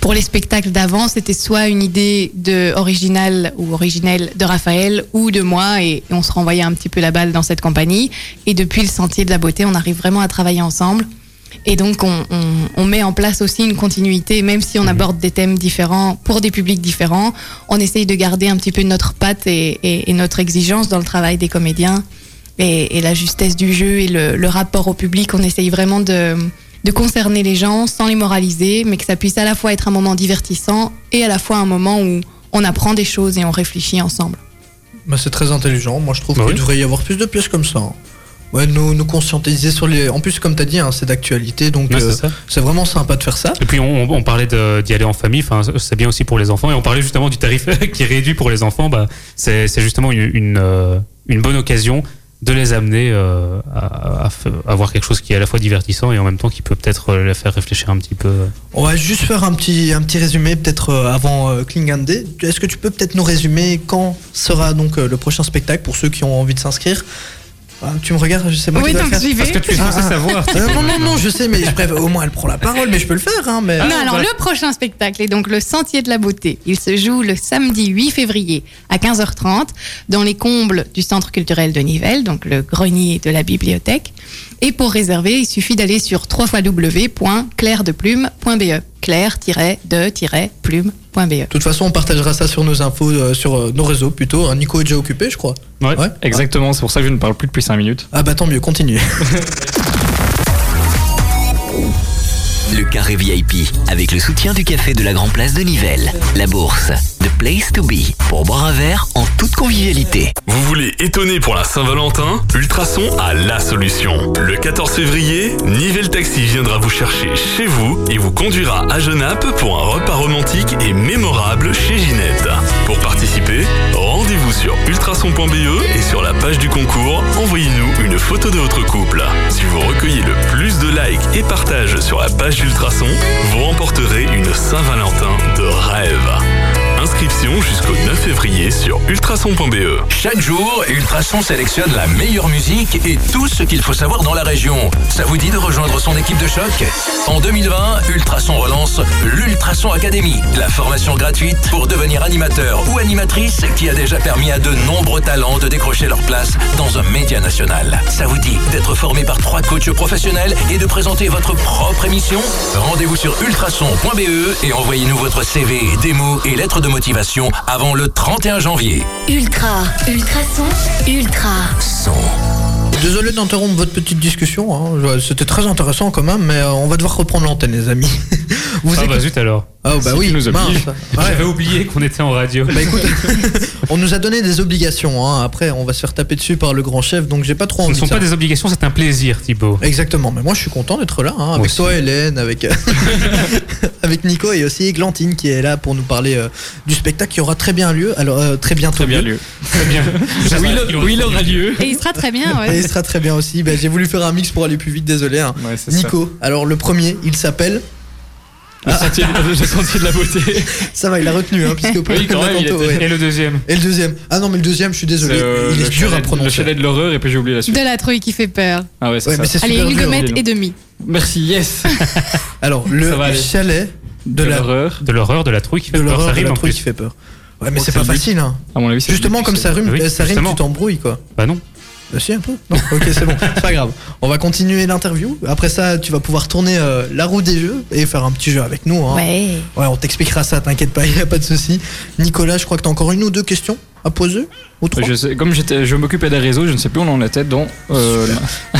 I: Pour les spectacles d'avant, c'était soit une idée de originale ou originelle de Raphaël ou de moi et on se renvoyait un petit peu la balle dans cette compagnie. Et depuis le sentier de la beauté, on arrive vraiment à travailler ensemble. Et donc, on, on- on met en place aussi une continuité, même si on aborde des thèmes différents pour des publics différents. On essaye de garder un petit peu notre patte et, et- et notre exigence dans le travail des comédiens et, et la justesse du jeu et le, le rapport au public. On essaye vraiment de, de concerner les gens sans les moraliser, mais que ça puisse à la fois être un moment divertissant et à la fois un moment où on apprend des choses et on réfléchit ensemble.
A: Bah, c'est très intelligent. Moi, je trouve
B: Bah
A: qu'il
B: oui.
A: devrait y avoir plus de pièces comme ça. hein. Ouais, nous, nous conscientiser sur les. En plus, comme t'as dit, hein, c'est d'actualité, donc
B: Ouais,
A: euh,
B: c'est ça.
A: c'est vraiment sympa de faire ça.
B: Et puis on, on- on parlait de- d'y aller en famille, enfin c'est bien aussi pour les enfants. Et on parlait justement du tarif qui est réduit pour les enfants. Bah, c'est c'est justement une, une, euh, une bonne occasion de les amener euh, à, à f- à voir quelque chose qui est à la fois divertissant et en même temps qui peut peut-être euh, les faire réfléchir un petit peu. euh.
A: On va juste faire un petit, un petit résumé, peut-être euh, avant euh, Klingan Day. Est-ce que tu peux peut-être nous résumer quand sera donc euh, le prochain spectacle pour ceux qui ont envie de s'inscrire Ah, Tu me regardes, c'est moi
F: Oui,
A: qui dois
F: donc
A: le
F: j'y
A: faire.
F: vais.
B: tu es
A: censé
B: savoir.
A: Euh, non, non, non, je sais, mais je préfère- au moins elle prend la parole, mais je peux le faire. Hein, mais...
I: non, alors
B: voilà.
I: le prochain spectacle est donc Le Sentier de la Beauté. Il se joue le samedi 8 février à 15h30 dans les combles du Centre culturel de Nivelles, donc le grenier de la bibliothèque. Et pour réserver, il suffit d'aller sur www.clairedeplume.be. Claire-de-plume.be.
A: De toute façon, on partagera ça sur nos infos, euh, sur euh, nos réseaux plutôt. hein. Nico est déjà occupé, je crois.
B: Ouais.
C: Exactement, c'est pour ça que je ne parle plus depuis 5 minutes.
A: Ah bah tant mieux, continue.
E: Le carré VIP avec le soutien du café de la Grand Place de Nivelles, la bourse, The Place to Be pour boire un verre en toute convivialité.
G: Vous voulez étonner pour la Saint-Valentin Ultrason a la solution. Le 14 février, Nivelle Taxi viendra vous chercher chez vous et vous conduira à Genappe pour un repas romantique et mémorable chez Ginette. Pour participer, rendez-vous sur ultrason.be E et sur la page du concours, envoyez-nous une photo de votre couple. Si vous recueillez le plus de likes et partages sur la page d'Ultrason, vous remporterez une Saint-Valentin de rêve. Inscription jusqu'au 9 février sur ultrason.be. Chaque jour, Ultrason sélectionne la meilleure musique et tout ce qu'il faut savoir dans la région. Ça vous dit de rejoindre son équipe de choc En 2020, Ultrason relance l'Ultrason Academy, la formation gratuite pour devenir animateur ou animatrice qui a déjà permis à de nombreux talents de décrocher leur place dans un média national. Ça vous dit d'être formé par trois coachs professionnels et de présenter votre propre émission Rendez-vous sur ultrason.be E et envoyez-nous votre CV, démo et lettres de motivation avant le 31 janvier.
D: Ultra, ultrason, ultra.
A: Désolé d'interrompre votre petite discussion, hein. Je- c'était très intéressant quand même, mais euh, on va devoir reprendre l'antenne les amis. Vous
B: Ah
A: écoutez-
B: bah zut alors.
A: Ah bah
C: Si
A: oui,
C: tu nous
A: mince. Ah,
C: obliges.
A: Ouais.
B: J'avais oublié qu'on était en radio.
A: Bah écoute, on nous a donné des obligations, hein. après on va se faire taper dessus par le grand chef, donc j'ai pas trop
B: Ce ne
A: envie
B: sont
A: de ça.
B: pas des obligations, c'est un plaisir, Thibaut.
A: Exactement, mais moi je suis content d'être là, hein, avec
B: aussi.
A: toi Hélène, avec, euh, avec Nico et aussi Glantine qui est là pour nous parler euh, du spectacle qui aura très bien lieu, alors euh, très bientôt
C: Très bien
A: lieu.
C: lieu.
B: Très bien.
C: Oui, il- oui, il aura lieu.
I: Et il sera très bien,
A: Et
I: ouais.
A: il sera très bien aussi, Bah, j'ai voulu faire un mix pour aller plus vite, désolé. hein.
C: Ouais, c'est ça.
A: Nico, alors le premier, il s'appelle...
C: Le sentier, le sentier de la beauté.
A: Ça va, il a retenu, hein, puisque pour
C: Oui, quand même, il
A: Tantôt,
C: était-
A: ouais.
B: Et le deuxième.
A: Et le deuxième Ah non, mais le deuxième, je suis désolé,
C: Le-
A: il
C: euh, le
A: est dur à
C: chalet- Le
A: prononcer.
C: chalet de l'horreur et puis j'ai oublié la suite.
I: De la trouille qui fait peur.
C: Ah ouais, c'est
A: Ouais,
C: ça.
A: mais c'est
I: Allez,
A: super
I: une
A: dur.
I: gommette
C: dis-donc.
I: et demi.
C: Merci, yes.
A: Alors,
C: Ça va
A: le
C: aller.
A: chalet
C: De,
A: la-
C: l'horreur.
B: De l'horreur, de la trouille qui fait
A: de
B: peur. Ça
A: l'horreur de
B: arrive
A: la
B: en
A: trouille
B: plus.
A: qui fait peur. Ouais, mais
C: Oh,
A: c'est
C: c'est
A: pas
C: le but.
A: facile. Hein.
C: À mon avis, c'est
A: Justement,
C: le
A: comme
C: plus-
A: ça rime,
B: Oui,
A: euh, ça rime,
B: justement.
A: tu t'embrouilles quoi.
B: Bah non.
A: Euh, Si, un peu. Non, ok, c'est bon, c'est pas grave. On va continuer l'interview. Après ça, tu vas pouvoir tourner euh, la roue des jeux et faire un petit jeu avec nous. Hein.
I: Ouais.
A: Ouais, on t'expliquera ça, t'inquiète pas, y a pas de souci. Nicolas, je crois que t'as encore une ou deux questions à poser Ou trois
C: Je sais, comme j'étais, je m'occupais des réseaux, je ne sais plus où on en était dans. Euh,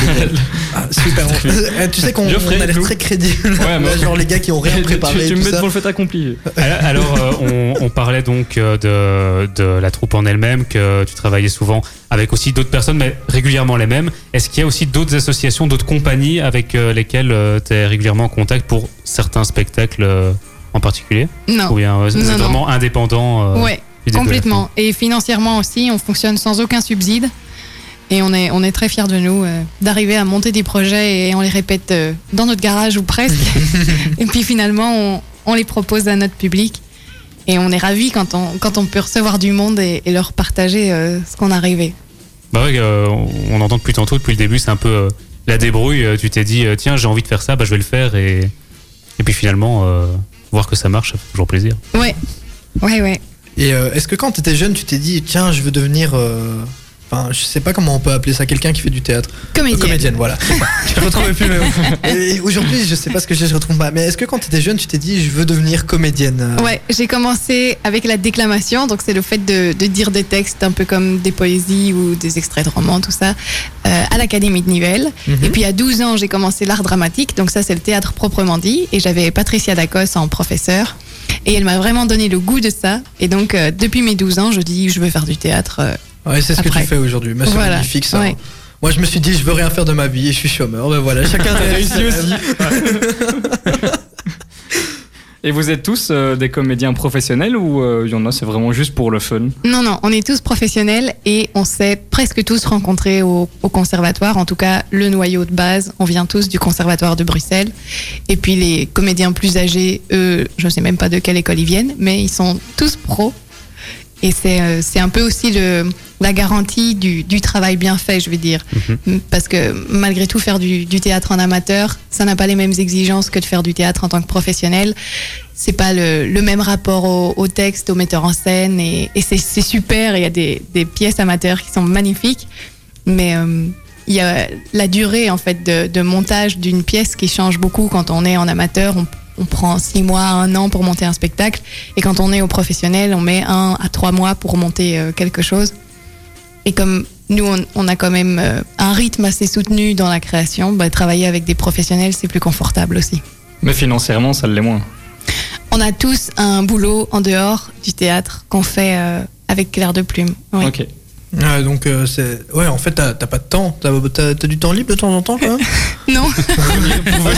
A: Ah, super. Euh, tu sais qu'on
C: Geoffrey,
A: on a l'air
C: nous.
A: très crédible.
C: Ouais, mais-
A: Genre les gars qui ont rien préparé.
C: tu, tu me
A: tout
C: mets
A: ça.
C: devant le fait accompli.
B: Alors, alors, euh, on, on parlait donc euh, de, de la troupe en elle-même, que tu travaillais souvent avec aussi d'autres personnes, mais régulièrement les mêmes. Est-ce qu'il y a aussi d'autres associations, d'autres compagnies avec euh, lesquelles tu es régulièrement en contact pour certains spectacles euh, en particulier
I: Non.
B: Ou bien euh, c'est
I: Ah. Non, non.
B: vraiment indépendant euh,
I: Ouais,
B: du début à la
I: complètement. Et financièrement aussi, on fonctionne sans aucun subside. Et on est, on est très fiers de nous, euh, d'arriver à monter des projets et on les répète euh, dans notre garage ou presque. et puis finalement, on, on les propose à notre public. Et on est ravis quand on, quand on peut recevoir du monde et, et leur partager euh, ce qu'on a rêvé.
B: Bah ouais, euh, on- on entend depuis tantôt, depuis le début, c'est un peu euh, la débrouille. Euh, Tu t'es dit, euh, tiens, j'ai envie de faire ça, bah, je vais le faire. Et, et puis finalement, euh, voir que ça marche, ça fait toujours plaisir.
I: Ouais, ouais, ouais.
A: Et euh, est-ce que quand t'étais jeune, tu t'es dit, tiens, je veux devenir. euh, Enfin, je sais pas comment on peut appeler ça, quelqu'un qui fait du théâtre. Euh,
I: Comédienne.
A: Comédienne, voilà. Je retrouvais plus Et Aujourd'hui, je sais pas ce que j'ai, je retrouve pas. Mais est-ce que quand tu étais jeune, tu t'es dit, je veux devenir comédienne euh,
I: Ouais, j'ai commencé avec la déclamation, donc c'est le fait de, de dire des textes un peu comme des poésies ou des extraits de romans, tout ça, euh, à l'Académie de Nivelles.
A: Mhm.
I: Et puis à 12 ans, j'ai commencé l'art dramatique, donc ça c'est le théâtre proprement dit, et j'avais Patricia Dacos en professeur, et elle m'a vraiment donné le goût de ça, et donc euh, depuis mes 12 ans, je dis je veux faire du théâtre. euh,
A: Ouais, c'est ce que
I: Après.
A: tu fais aujourd'hui. Mais c'est
I: Voilà,
A: magnifique ça.
I: ouais.
A: Moi, je me suis dit, je veux rien faire de ma vie et je suis chômeur. Ben voilà, chacun a réussi aussi.
C: Et vous êtes tous euh, des comédiens professionnels ou euh, il y en a, c'est vraiment juste pour le fun
I: Non, non, on est tous professionnels et on s'est presque tous rencontrés au, au conservatoire, en tout cas le noyau de base. On vient tous du conservatoire de Bruxelles. Et puis les comédiens plus âgés, eux, je ne sais même pas de quelle école ils viennent, mais ils sont tous pros. Et c'est euh, c'est un peu aussi le, la garantie du, du travail bien fait, je veux dire. Parce que malgré tout, faire du, du théâtre en amateur, ça n'a pas les mêmes exigences que de faire du théâtre en tant que professionnel. C'est pas le, le même rapport au, au texte, au metteur en scène, et, et c'est c'est super. Il y a des, des pièces amateurs qui sont magnifiques, mais euh, il y a la durée en fait de, de montage d'une pièce qui change beaucoup quand on est en amateur. On, on prend six mois, un an pour monter un spectacle, et quand on est au professionnel, on met un à trois mois pour monter euh, quelque chose. Et comme nous, on, on a quand même euh, un rythme assez soutenu dans la création, bah, travailler avec des professionnels, c'est plus confortable aussi.
C: Mais financièrement, ça l'est moins.
I: On a tous un boulot en dehors du théâtre qu'on fait euh, avec Claire de Plume. Oui.
C: Ok.
A: Ouais, donc, euh, c'est... ouais, en fait, t'as, t'as pas de temps. T'as, t'as- t'as du temps libre de temps en temps, quand même
I: Non,
A: Ouais,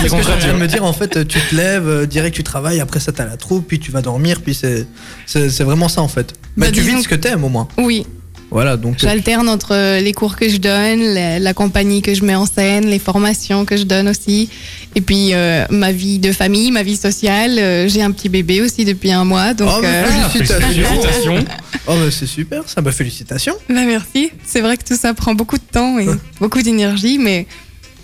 A: c'est ce que je suis en train de
C: contraire.
A: me dire. En fait, tu te lèves, euh, direct, tu travailles, après ça, t'as la troupe, puis tu vas dormir, puis c'est, c'est, c'est vraiment ça, en fait. Mais
I: Bah,
A: tu
I: disons
A: vis ce que t'aimes, au moins.
I: oui,
A: Voilà, donc. euh,
I: j'alterne entre euh, les cours que je donne, la, la compagnie que je mets en scène, les formations que je donne aussi, et puis euh, ma vie de famille, ma vie sociale. euh, J'ai un petit bébé aussi depuis un mois, donc.
A: oh, mais
I: euh,
A: félicitations.
C: Félicitations.
A: Oh, bah, c'est super, ça. Bah, félicitations.
I: Bah, merci. C'est vrai que tout ça prend beaucoup de temps et beaucoup d'énergie, mais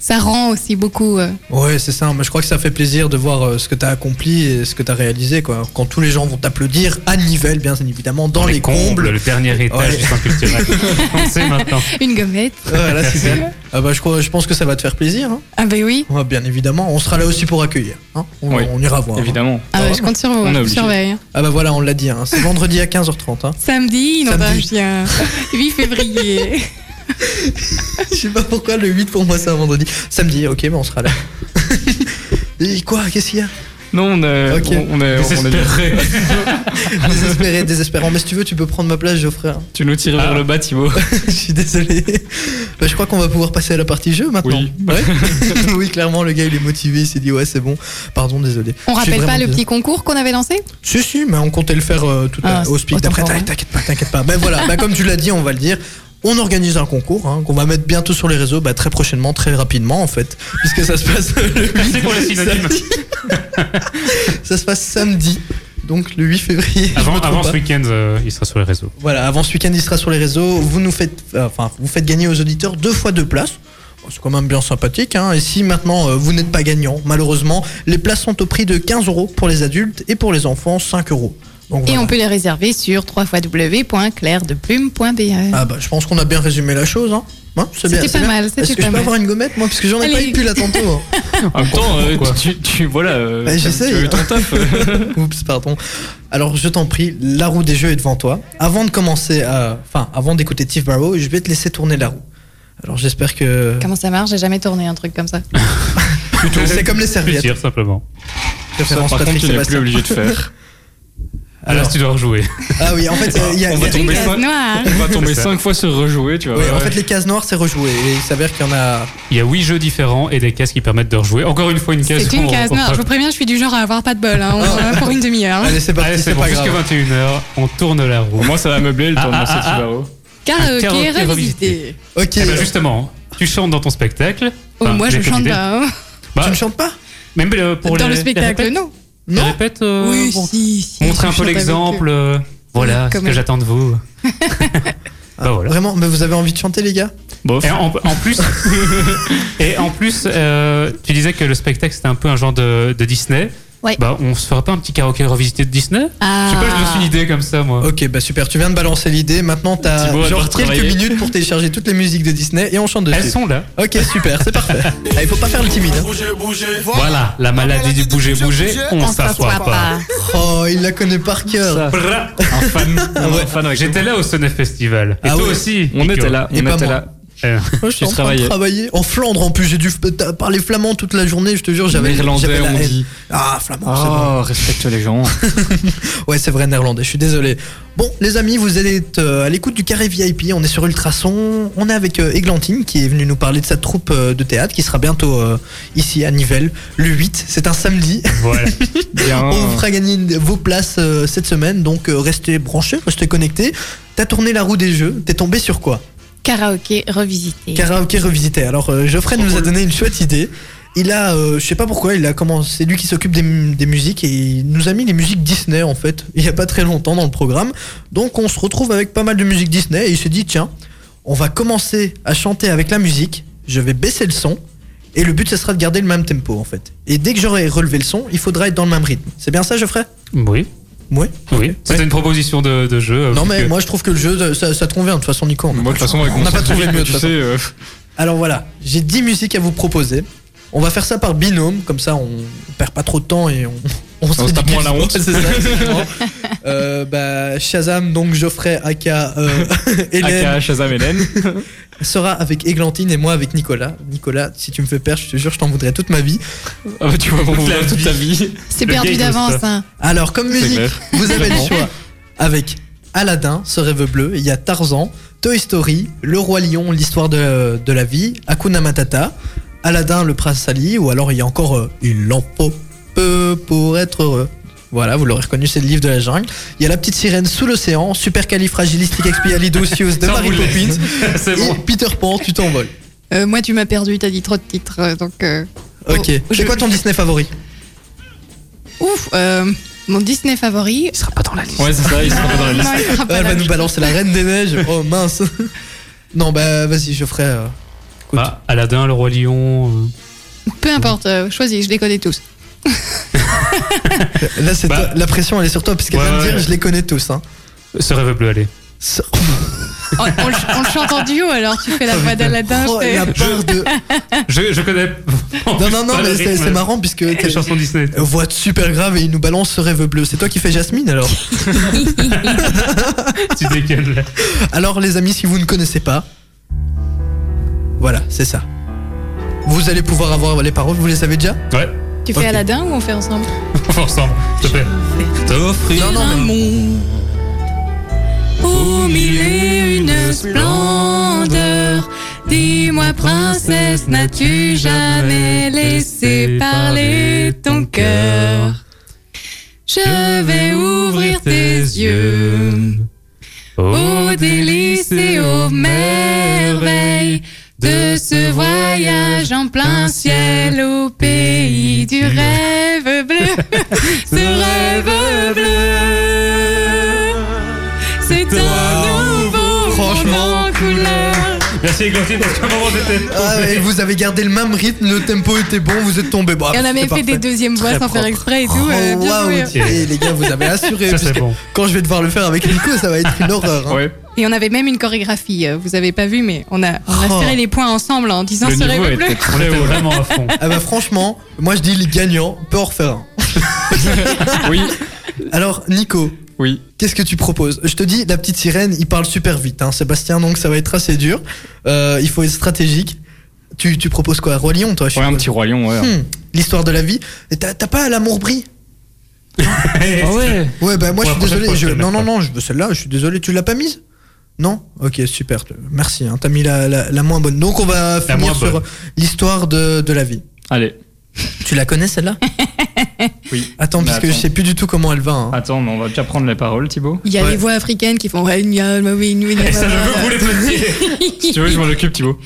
I: ça rend aussi beaucoup. euh,
A: Ouais, c'est ça. Mais je crois que ça fait plaisir de voir euh, ce que t'as accompli et ce que t'as réalisé, quoi. Quand tous les gens vont t'applaudir à Nivelles, bien évidemment, dans, les combles.
B: le dernier étage
A: Ouais.
B: du centre culturel. On sait maintenant.
I: une gommette.
A: Voilà, c'est ça. Ah, bah, je, crois, je pense que ça va te faire plaisir. hein.
I: Ah bah oui.
A: Ouais, bien évidemment. On sera là aussi pour accueillir. hein. On,
C: Oui.
A: on ira voir. hein.
C: Évidemment.
I: Ah bah, je compte sur vous.
C: On est
I: Je
C: obligé.
I: surveille. hein.
A: Ah, bah voilà, on l'a dit. hein. C'est vendredi à 15h30. hein.
I: Samedi, non bah
A: Samedi.
I: bien. 8 février.
A: Je sais pas pourquoi le 8 pour moi c'est un vendredi. Samedi, ok, mais on sera là. Et quoi Qu'est-ce qu'il y a
C: Non, on est.
A: Ok.
C: On, on est, on est bien.
B: Désespéré.
A: Désespéré, désespérant. Mais si tu veux, tu peux prendre ma place, Geoffrey. hein.
C: Tu nous tires vers le bas, Thibaut.
A: je suis désolé. Bah, je crois qu'on va pouvoir passer à la partie jeu maintenant.
C: Oui.
A: Ouais oui, clairement, le gars il est motivé, il s'est dit ouais, c'est bon. Pardon, désolé.
I: On
A: Je suis
I: rappelle pas
A: vraiment
I: le
A: désolé.
I: petit concours qu'on avait lancé
A: Si, si, mais on comptait le faire euh, tout à-
I: Ah,
A: au speed
I: autant
A: d'après.
I: pour moi.
A: T'inquiète t'inquiète pas, t'inquiète pas. Ben voilà, ben comme tu l'as dit, on va le dire. On organise un concours hein, qu'on va mettre bientôt sur les réseaux, bah, très prochainement, très rapidement en fait, puisque ça se passe le
B: Merci
A: 8
B: pour les synonymes.
A: samedi. ça se passe samedi, donc le 8 février. je me
B: Avant,
A: trompe
B: avant
A: pas.
B: ce week-end, euh, il sera sur les réseaux.
A: Voilà, avant ce week-end, il sera sur les réseaux. Vous nous faites, euh, enfin, vous faites gagner aux auditeurs deux fois deux places. Bon, C'est quand même bien sympathique. hein. Et si maintenant euh, vous n'êtes pas gagnant, malheureusement, les places sont au prix de 15 euros pour les adultes et pour les enfants 5 euros. Donc,
I: Et
A: voilà.
I: on peut les réserver sur www.clairedeplume.be.
A: Ah bah, je pense qu'on a bien résumé la chose. Hein. Hein, c'est bien,
I: C'était
A: c'est
I: pas
A: bien.
I: mal, c'était
A: Est-ce que
I: pas
A: je peux
I: mal.
A: avoir une gommette moi Parce que j'en ai pas
I: Allez.
A: eu depuis là tantôt. hein.
C: En même temps, euh,
B: Pourquoi
C: tu, tu- voilà. euh,
A: Bah,
C: t'as-
A: j'essaye,
C: Tu as eu
A: hein.
C: ton taf.
A: Oups, pardon. Alors je t'en prie, la roue des jeux est devant toi. Avant de commencer à. Enfin, avant d'écouter Tiff Barrow, je vais te laisser tourner la roue. Alors j'espère que.
I: Comment ça marche J'ai jamais tourné un truc comme ça.
A: C'est comme les serviettes.
B: Dire, simplement.
C: Ça,
A: Référence
C: par contre,
A: Patrick
C: tu n'es plus
A: Sébastien.
C: obligé de faire.
B: Alors,
A: Alors.
B: tu dois rejouer.
A: Ah oui, en fait, euh, il y a,
C: On
A: il y
C: va
A: a-
C: tomber
I: Case
C: cinq-
I: noire.
C: on va tomber
B: C'est ça.
C: 5 fois sur rejouer, tu vois.
A: ouais, en fait, les cases noires, c'est rejoué. Et il s'avère qu'il y en a.
B: Il y a 8 jeux différents et des cases qui permettent de rejouer. Encore une fois, une case.
I: C'est une
B: qu'on-
I: case
B: qu'on-
I: noire. Je vous préviens, je suis du genre à avoir pas de bol hein, on en a pour une demi-heure. hein.
A: Allez, c'est parti,
B: Allez,
A: c'est
B: Ah c'est bon,
A: pas
B: jusqu'à
A: grave.
B: 21h, on tourne la roue.
C: Au moins, ça va meubler le temps de
B: Ah,
C: lancer
B: ah, ah,
C: Thibaut.
I: Karaoké
B: karaoké
I: euh, revisité.
A: Ok.
B: Eh ben, justement, tu chantes dans ton spectacle.
I: Oh,
B: Enfin,
I: moi, je
B: les
I: chante
B: comédiens.
I: pas. hein.
A: Tu
B: Bah,
A: ne chantes pas
B: même euh, pour
I: Dans
B: les-
I: le
B: les
I: spectacle,
B: répètes-
I: non.
B: les
A: Non
B: répètes, euh,
I: Oui,
B: bon.
I: si, si.
B: Montrez un
I: Je
B: peu
I: chante avec
B: l'exemple.
I: eux.
B: euh, Voilà
I: Quand
B: ce que
I: même.
B: j'attends de vous.
A: Ah,
B: bah voilà.
A: Vraiment Mais vous avez envie de chanter, les gars
C: Bof.
B: Et en, en plus, et en plus euh, tu disais que le spectacle c'était un peu un genre de, de Disney.
I: Ouais.
B: Bah, on se fera pas un petit karaoké revisité de Disney
I: Ah,
B: Je sais pas, je me suis une idée comme ça, moi.
A: Ok, bah super, tu viens de balancer l'idée. Maintenant, t'as
B: Thibaut a
A: genre
B: pas
A: quelques
B: travaillé.
A: minutes pour télécharger toutes les musiques de Disney et on chante dessus.
B: Elles sont là.
A: Ok, super, c'est parfait. Ah, il faut pas faire le timide. hein.
B: Voilà, la maladie du bouger bouger, on s'assoit pas.
A: Oh, il la connaît par cœur.
C: Ça,
B: Brrra.
C: un fan. un
A: ouais.
C: fan avec
B: Ah J'étais là au Sonnet Festival. Et
A: Ah
B: toi
A: ouais.
B: aussi.
C: On
B: Nico.
C: était là, on
A: Et pas
C: était
A: moi.
C: là.
B: Euh,
A: Moi, je suis
C: Tu
A: en train de
C: travaillais.
A: travailler en Flandre en plus. J'ai dû f- t- parler flamand toute la journée, je te jure. J'avais
C: Néerlandais,
A: j'avais la
C: on
A: haine.
C: dit.
A: Ah, flamand, c'est bon.
C: Oh, respecte les gens.
A: Ouais, c'est vrai, néerlandais, je suis désolé. Bon, les amis, vous êtes euh, à l'écoute du carré VIP, on est sur Ultrason, on est avec euh, Églantine qui est venue nous parler de sa troupe euh, de théâtre qui sera bientôt euh, ici à Nivelles, le 8, c'est un samedi.
B: voilà.
C: Bien.
A: On vous fera gagner une- vos places euh, cette semaine, donc euh, restez branchés, restez connectés. T'as tourné la roue des jeux, t'es tombé sur quoi
I: Karaoké revisité.
A: Karaoké revisité. Alors euh, Geoffrey nous a donné une chouette idée. Il a, euh, je sais pas pourquoi, il a commencé, c'est lui qui s'occupe des, mu- des musiques et il nous a mis les musiques Disney en fait, il y a pas très longtemps dans le programme. Donc on se retrouve avec pas mal de musique Disney et il s'est dit tiens, on va commencer à chanter avec la musique, je vais baisser le son et le but ce sera de garder le même tempo en fait. Et dès que j'aurai relevé le son, il faudra être dans le même rythme. C'est bien ça Geoffrey
B: Oui,
A: Oui.
B: oui. C'était une proposition de, de jeu. euh,
A: Non
B: vu
A: mais
B: que-
A: moi je trouve que le jeu ça, ça te convient de toute façon Nico. on a
C: Moi, de toute façon, avec
A: on
C: mon
A: n'a pas
C: sens
A: trouvé
C: du
A: mieux, de
C: rythme,
A: toute
C: Tu sais, euh,
A: Alors voilà, j'ai 10 musiques à vous proposer. On va faire ça par binôme, comme ça on perd pas trop de temps et on,
C: se tape moins la honte.
A: C'est ça, exactement. euh, bah, Shazam, donc Geoffrey, aka euh, Hélène,
C: aka Shazam Hélène.
A: sera avec Églantine et moi avec Nicolas. Nicolas, si tu me fais perdre, je te jure, je t'en voudrais toute ma vie.
C: Ah bah, tu vas m'en vouloir
B: La
C: toute ta vie.
I: C'est
B: Le
I: perdu
B: gars, il ose
I: d'avance.
B: pas.
I: hein.
A: Alors, comme musique,
C: clair.
A: vous avez le
C: Clairement.
A: choix. Avec Aladdin, ce rêve bleu, il y a Tarzan, Toy Story, Le Roi Lion, l'histoire de, de la vie, Hakuna Matata, Aladdin, le prince Ali, ou alors il y a encore euh, Il en faut peu pour être heureux. Voilà, vous l'aurez reconnu, c'est le livre de la jungle. Il y a La petite sirène sous l'océan, Supercalifragilisticexpialidocious de
B: Ça, on
A: Mary
B: vous le laisse.
A: Poppins,
B: C'est
A: et
B: bon.
A: Peter Pan, tu t'envoles.
I: Euh, moi, tu m'as perdu, t'as dit trop de titres. euh, Donc, euh,
A: Ok.
I: Oh, je-
A: c'est quoi ton Disney favori
I: ouf, euh, mon Disney favori.
B: Il sera pas dans la liste.
C: Ouais, c'est ça, il se remet dans la
I: Non,
C: liste.
I: il sera pas
A: Elle
I: là.
A: va nous balancer la Reine des Neiges. Oh mince. non, bah vas-y, je ferai. euh,
B: Bah, Aladdin, le roi lion. euh.
I: Peu importe, euh, choisis, je les connais tous.
A: Là, c'est
B: Bah.
A: toi- la pression, elle est sur toi, parce qu'elle
B: Ouais,
A: vient de
B: ouais.
A: dire, je les connais tous. Hein.
B: Ce rêve bleu, allez.
A: Ce-
I: On, Oh, on le on le chante en duo alors, tu fais la voix d'Aladin.
A: Oh,
I: c'est-
A: la part de...
B: Je, je connais. en
A: Non,
B: plus,
A: non,
B: pas
A: non,
B: le
A: mais c'est
B: rythme.
A: c'est marrant, puisque
B: Les
A: t'as
B: chansons Disney.
A: une voix super grave et il nous balance ce rêve bleu. C'est toi qui fais Jasmine, alors
B: tu décales là.
A: Alors, les amis, si vous ne connaissez pas, voilà, c'est ça. Vous allez pouvoir avoir les paroles, vous les savez déjà
B: Ouais,
I: Tu fais
A: Ok.
I: Aladdin ou on fait ensemble
B: on va ensemble, s'il te plaît. T'offrir un monde
I: Au mille et une splendeur, dis-moi princesse, n'as-tu jamais laissé parler ton cœur Je vais ouvrir tes yeux aux délices et aux merveilles de ce voyage en plein ciel au pays du rêve bleu. Ce rêve bleu, c'est un nouveau
A: Franchement.
I: monde en couleur.
B: Merci Églantine parce qu'à un moment j'étais.
A: Ah, et vous avez gardé le même rythme, le tempo était bon, vous êtes tombé. Bah,
I: Et on a
A: c'était
I: même fait des
A: parfait.
I: deuxièmes
A: Très
I: voix sans faire
A: propre.
I: exprès et tout.
A: Oh,
I: euh, bien
A: waouh,
I: joué.
A: ok. les gars, vous avez assuré.
B: Ça, c'est
A: puisque
B: bon.
A: Quand je vais devoir le faire avec Nico, ça va être une horreur. hein.
C: Ouais,
I: Et on avait même une chorégraphie. euh, Vous avez pas vu, mais on a, on a
A: Oh.
I: serré les points ensemble en disant
C: le
I: ce
C: niveau
I: rêve
C: était
I: bleu.
B: On
C: très
B: était
C: haut. là.
B: vraiment à fond.
A: Ah bah franchement, moi je dis les gagnants, peut en refaire un.
C: Oui,
A: Alors Nico,
C: oui.
A: qu'est-ce que tu proposes Je te dis, la petite sirène, il parle super vite, hein, Sébastien, donc ça va être assez dur. Euh, il faut être stratégique. Tu, tu proposes quoi Roi Lion, toi je
C: Ouais, un
A: suppose.
C: petit roi lion, ouais.
A: Hmm, L'histoire de la vie. Et T'as t'as pas l'amour brie
B: Ah ouais
A: Ouais, bah moi
B: Pour
A: je
B: la
A: suis
B: prochaine
A: désolé.
B: fois,
A: je-
B: je vais
A: Non, non,
B: mettre
A: non, je veux celle-là, je suis désolé, tu l'as pas mise non Ok, super. te- Merci, hein, t'as mis la, la- la moins bonne. Donc on va finir
B: moins
A: sur
B: bonne.
A: l'histoire de, de la vie.
C: Allez,
A: Tu la connais celle-là
C: oui.
A: Attends,
C: Mais
A: parce que je sais plus du tout comment elle va. hein.
C: Attends, mais on va déjà prendre les paroles, Thibaut.
I: Il y a
A: Ouais.
I: les voix africaines qui font. bah Et
B: Et ça, je veux vous les platier
C: Si tu veux, je m'en occupe, Thibaut.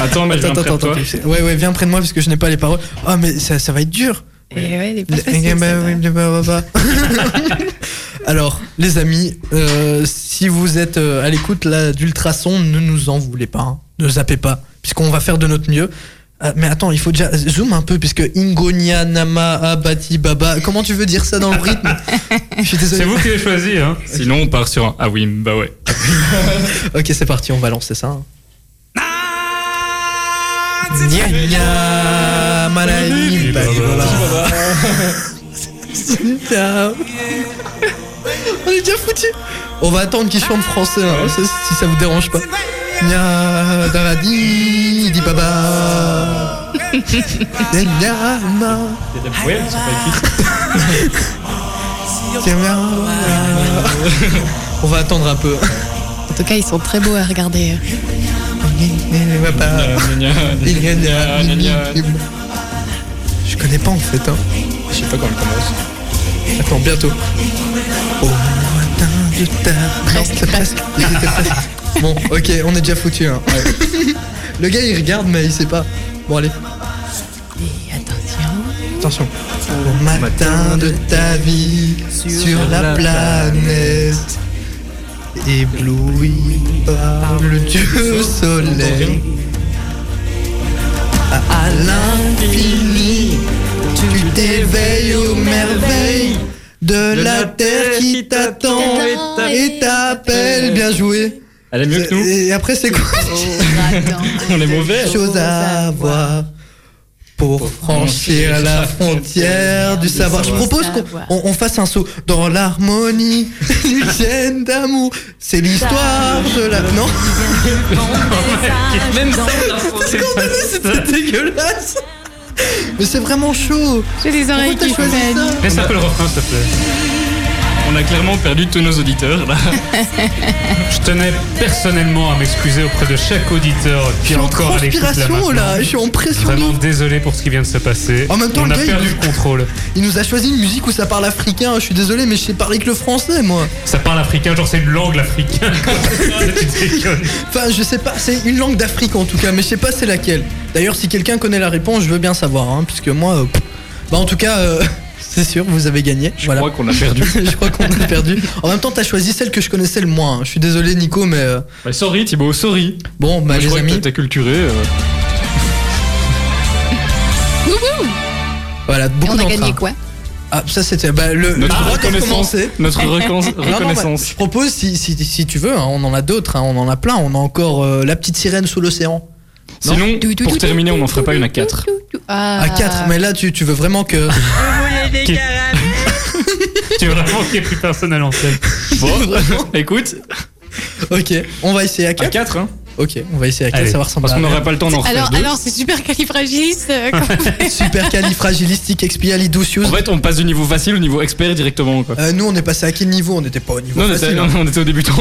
C: Attends, mais je viens
A: Attends,
C: près
A: attends,
C: de toi.
A: attends. Ouais, ouais, viens près de moi parce que je n'ai pas les paroles. Ah, mais ça, ça va être dur.
I: Ah,
A: Eh, bah
I: ouais, elle est pas facile,
B: bah
I: celle-là.
A: Alors, les amis, euh, si vous êtes euh, à l'écoute là d'Ultrason, ne nous en voulez pas. hein. Ne zappez pas, puisqu'on va faire de notre mieux. Ah, mais attends, il faut déjà zoom un peu, puisque Ingonia, Nama, Abati, Baba. Comment tu veux dire ça dans le rythme Je suis désolé.
B: C'est vous qui avez choisi, hein
C: Sinon, on part sur un. Ah oui, bah ouais.
A: Ok, c'est parti, on va lancer ça. hein. Gna, gna, malali, bali, baba. Putain. On est déjà foutu. On va attendre qu'ils chantent français, hein, ça, si ça vous dérange pas. Gna, daradi, di baba. Gna, gna, ma. Gna, gna, ma. On va attendre un peu.
I: En tout cas, ils sont très beaux à regarder.
A: Papa. Il y a une- une- une- Je connais pas en fait. Hein.
C: Je sais pas quand il commence.
A: Attends, bientôt. Au matin de ta. Presque, presque. Il était presque. Bon, ok, on est déjà foutu. Hein. Ouais. Le gars il regarde mais il sait pas. Bon, allez,
I: Et attention.
A: attention. Au matin de ta vie, sur la planète, ébloui par le dieu soleil. À l'infini, tu t'éveilles aux merveilles de la terre qui t'attend et t'appelle. Bien joué.
C: Elle est mieux que nous.
A: Et après, c'est quoi
C: On est mauvais.
A: Chose à voir pour franchir la frontière du savoir. Je propose qu'on on- on fasse un saut dans l'harmonie d'une chaîne d'amour. C'est l'histoire de la. Non,
B: Même ça,
A: c'est dégueulasse. Mais c'est vraiment chaud.
I: J'ai les
A: Pourquoi
I: oreilles
A: t'as
I: qui
A: choisi
I: saignent.
A: ça
B: Laisse un peu le refrain, s'il te plaît.
C: On a clairement perdu tous nos auditeurs là.
B: Je tenais personnellement à m'excuser auprès de chaque auditeur
A: Je
B: qui
A: suis
B: est
A: en
B: encore à l'écoute là
A: transpiration
B: maintenant.
A: là. Je suis en pression.
B: Vraiment désolé pour ce qui vient de se passer.
A: En même temps,
B: on
A: le
B: a
A: gars,
B: perdu
A: il-
B: le contrôle.
A: Il nous a choisi une musique où ça parle africain. Je suis désolé, mais je sais parler que le français, moi.
B: Ça parle africain, genre c'est une langue l'africain. tu déconnes.
A: Enfin, je sais pas, c'est une langue d'Afrique en tout cas, mais je sais pas c'est laquelle. D'ailleurs, si quelqu'un connaît la réponse, je veux bien savoir, hein, puisque moi, euh, pff. bah en tout cas, euh, c'est sûr, vous avez gagné.
C: Je
A: voilà.
C: crois qu'on a perdu.
A: je crois qu'on a perdu. En même temps, t'as choisi celle que je connaissais le moins. hein. Je suis désolé, Nico, mais euh,
C: Bah, sorry Thibaut, sorry.
A: bon, bah
C: je
A: les
C: crois que
A: amis,
C: t'es culturé. euh,
A: voilà,
I: Et
A: beaucoup
I: on a gagné
A: d'entrain.
I: quoi
A: Ah, ça c'était bah, le
C: Notre
A: le droit de
C: reconnaissance.
A: recommencer.
C: Notre recon-
A: Non, non, bah,
C: reconnaissance.
A: je propose, si, si, si tu veux, hein, on en a d'autres, hein, on en a plein, on a encore euh, la petite sirène sous l'océan. Non.
C: Sinon, pour terminer, on n'en ferait pas une à quatre.
I: Ah.
A: À 4, mais là tu, tu veux vraiment que.
B: tu veux vraiment qu'il n'y ait plus personne à l'antenne.
C: Bon, écoute,
A: ok, on va essayer à
C: à
A: 4.
C: 4 hein.
A: Ok, on va essayer à 4,
B: Allez,
A: ça va ressembler
C: Parce
A: à
C: qu'on
A: rien.
C: n'aurait pas le temps d'en refaire
I: Alors,
C: deux.
I: alors c'est super califragiliste. euh, quand-
A: Super califragilistique
C: En fait, on passe du niveau facile au niveau expert directement quoi.
A: Euh, nous, on est passé à quel niveau On n'était Ah, pas au niveau
C: Non, on était,
A: facile.
C: non,
A: hein.
C: on était au débutant.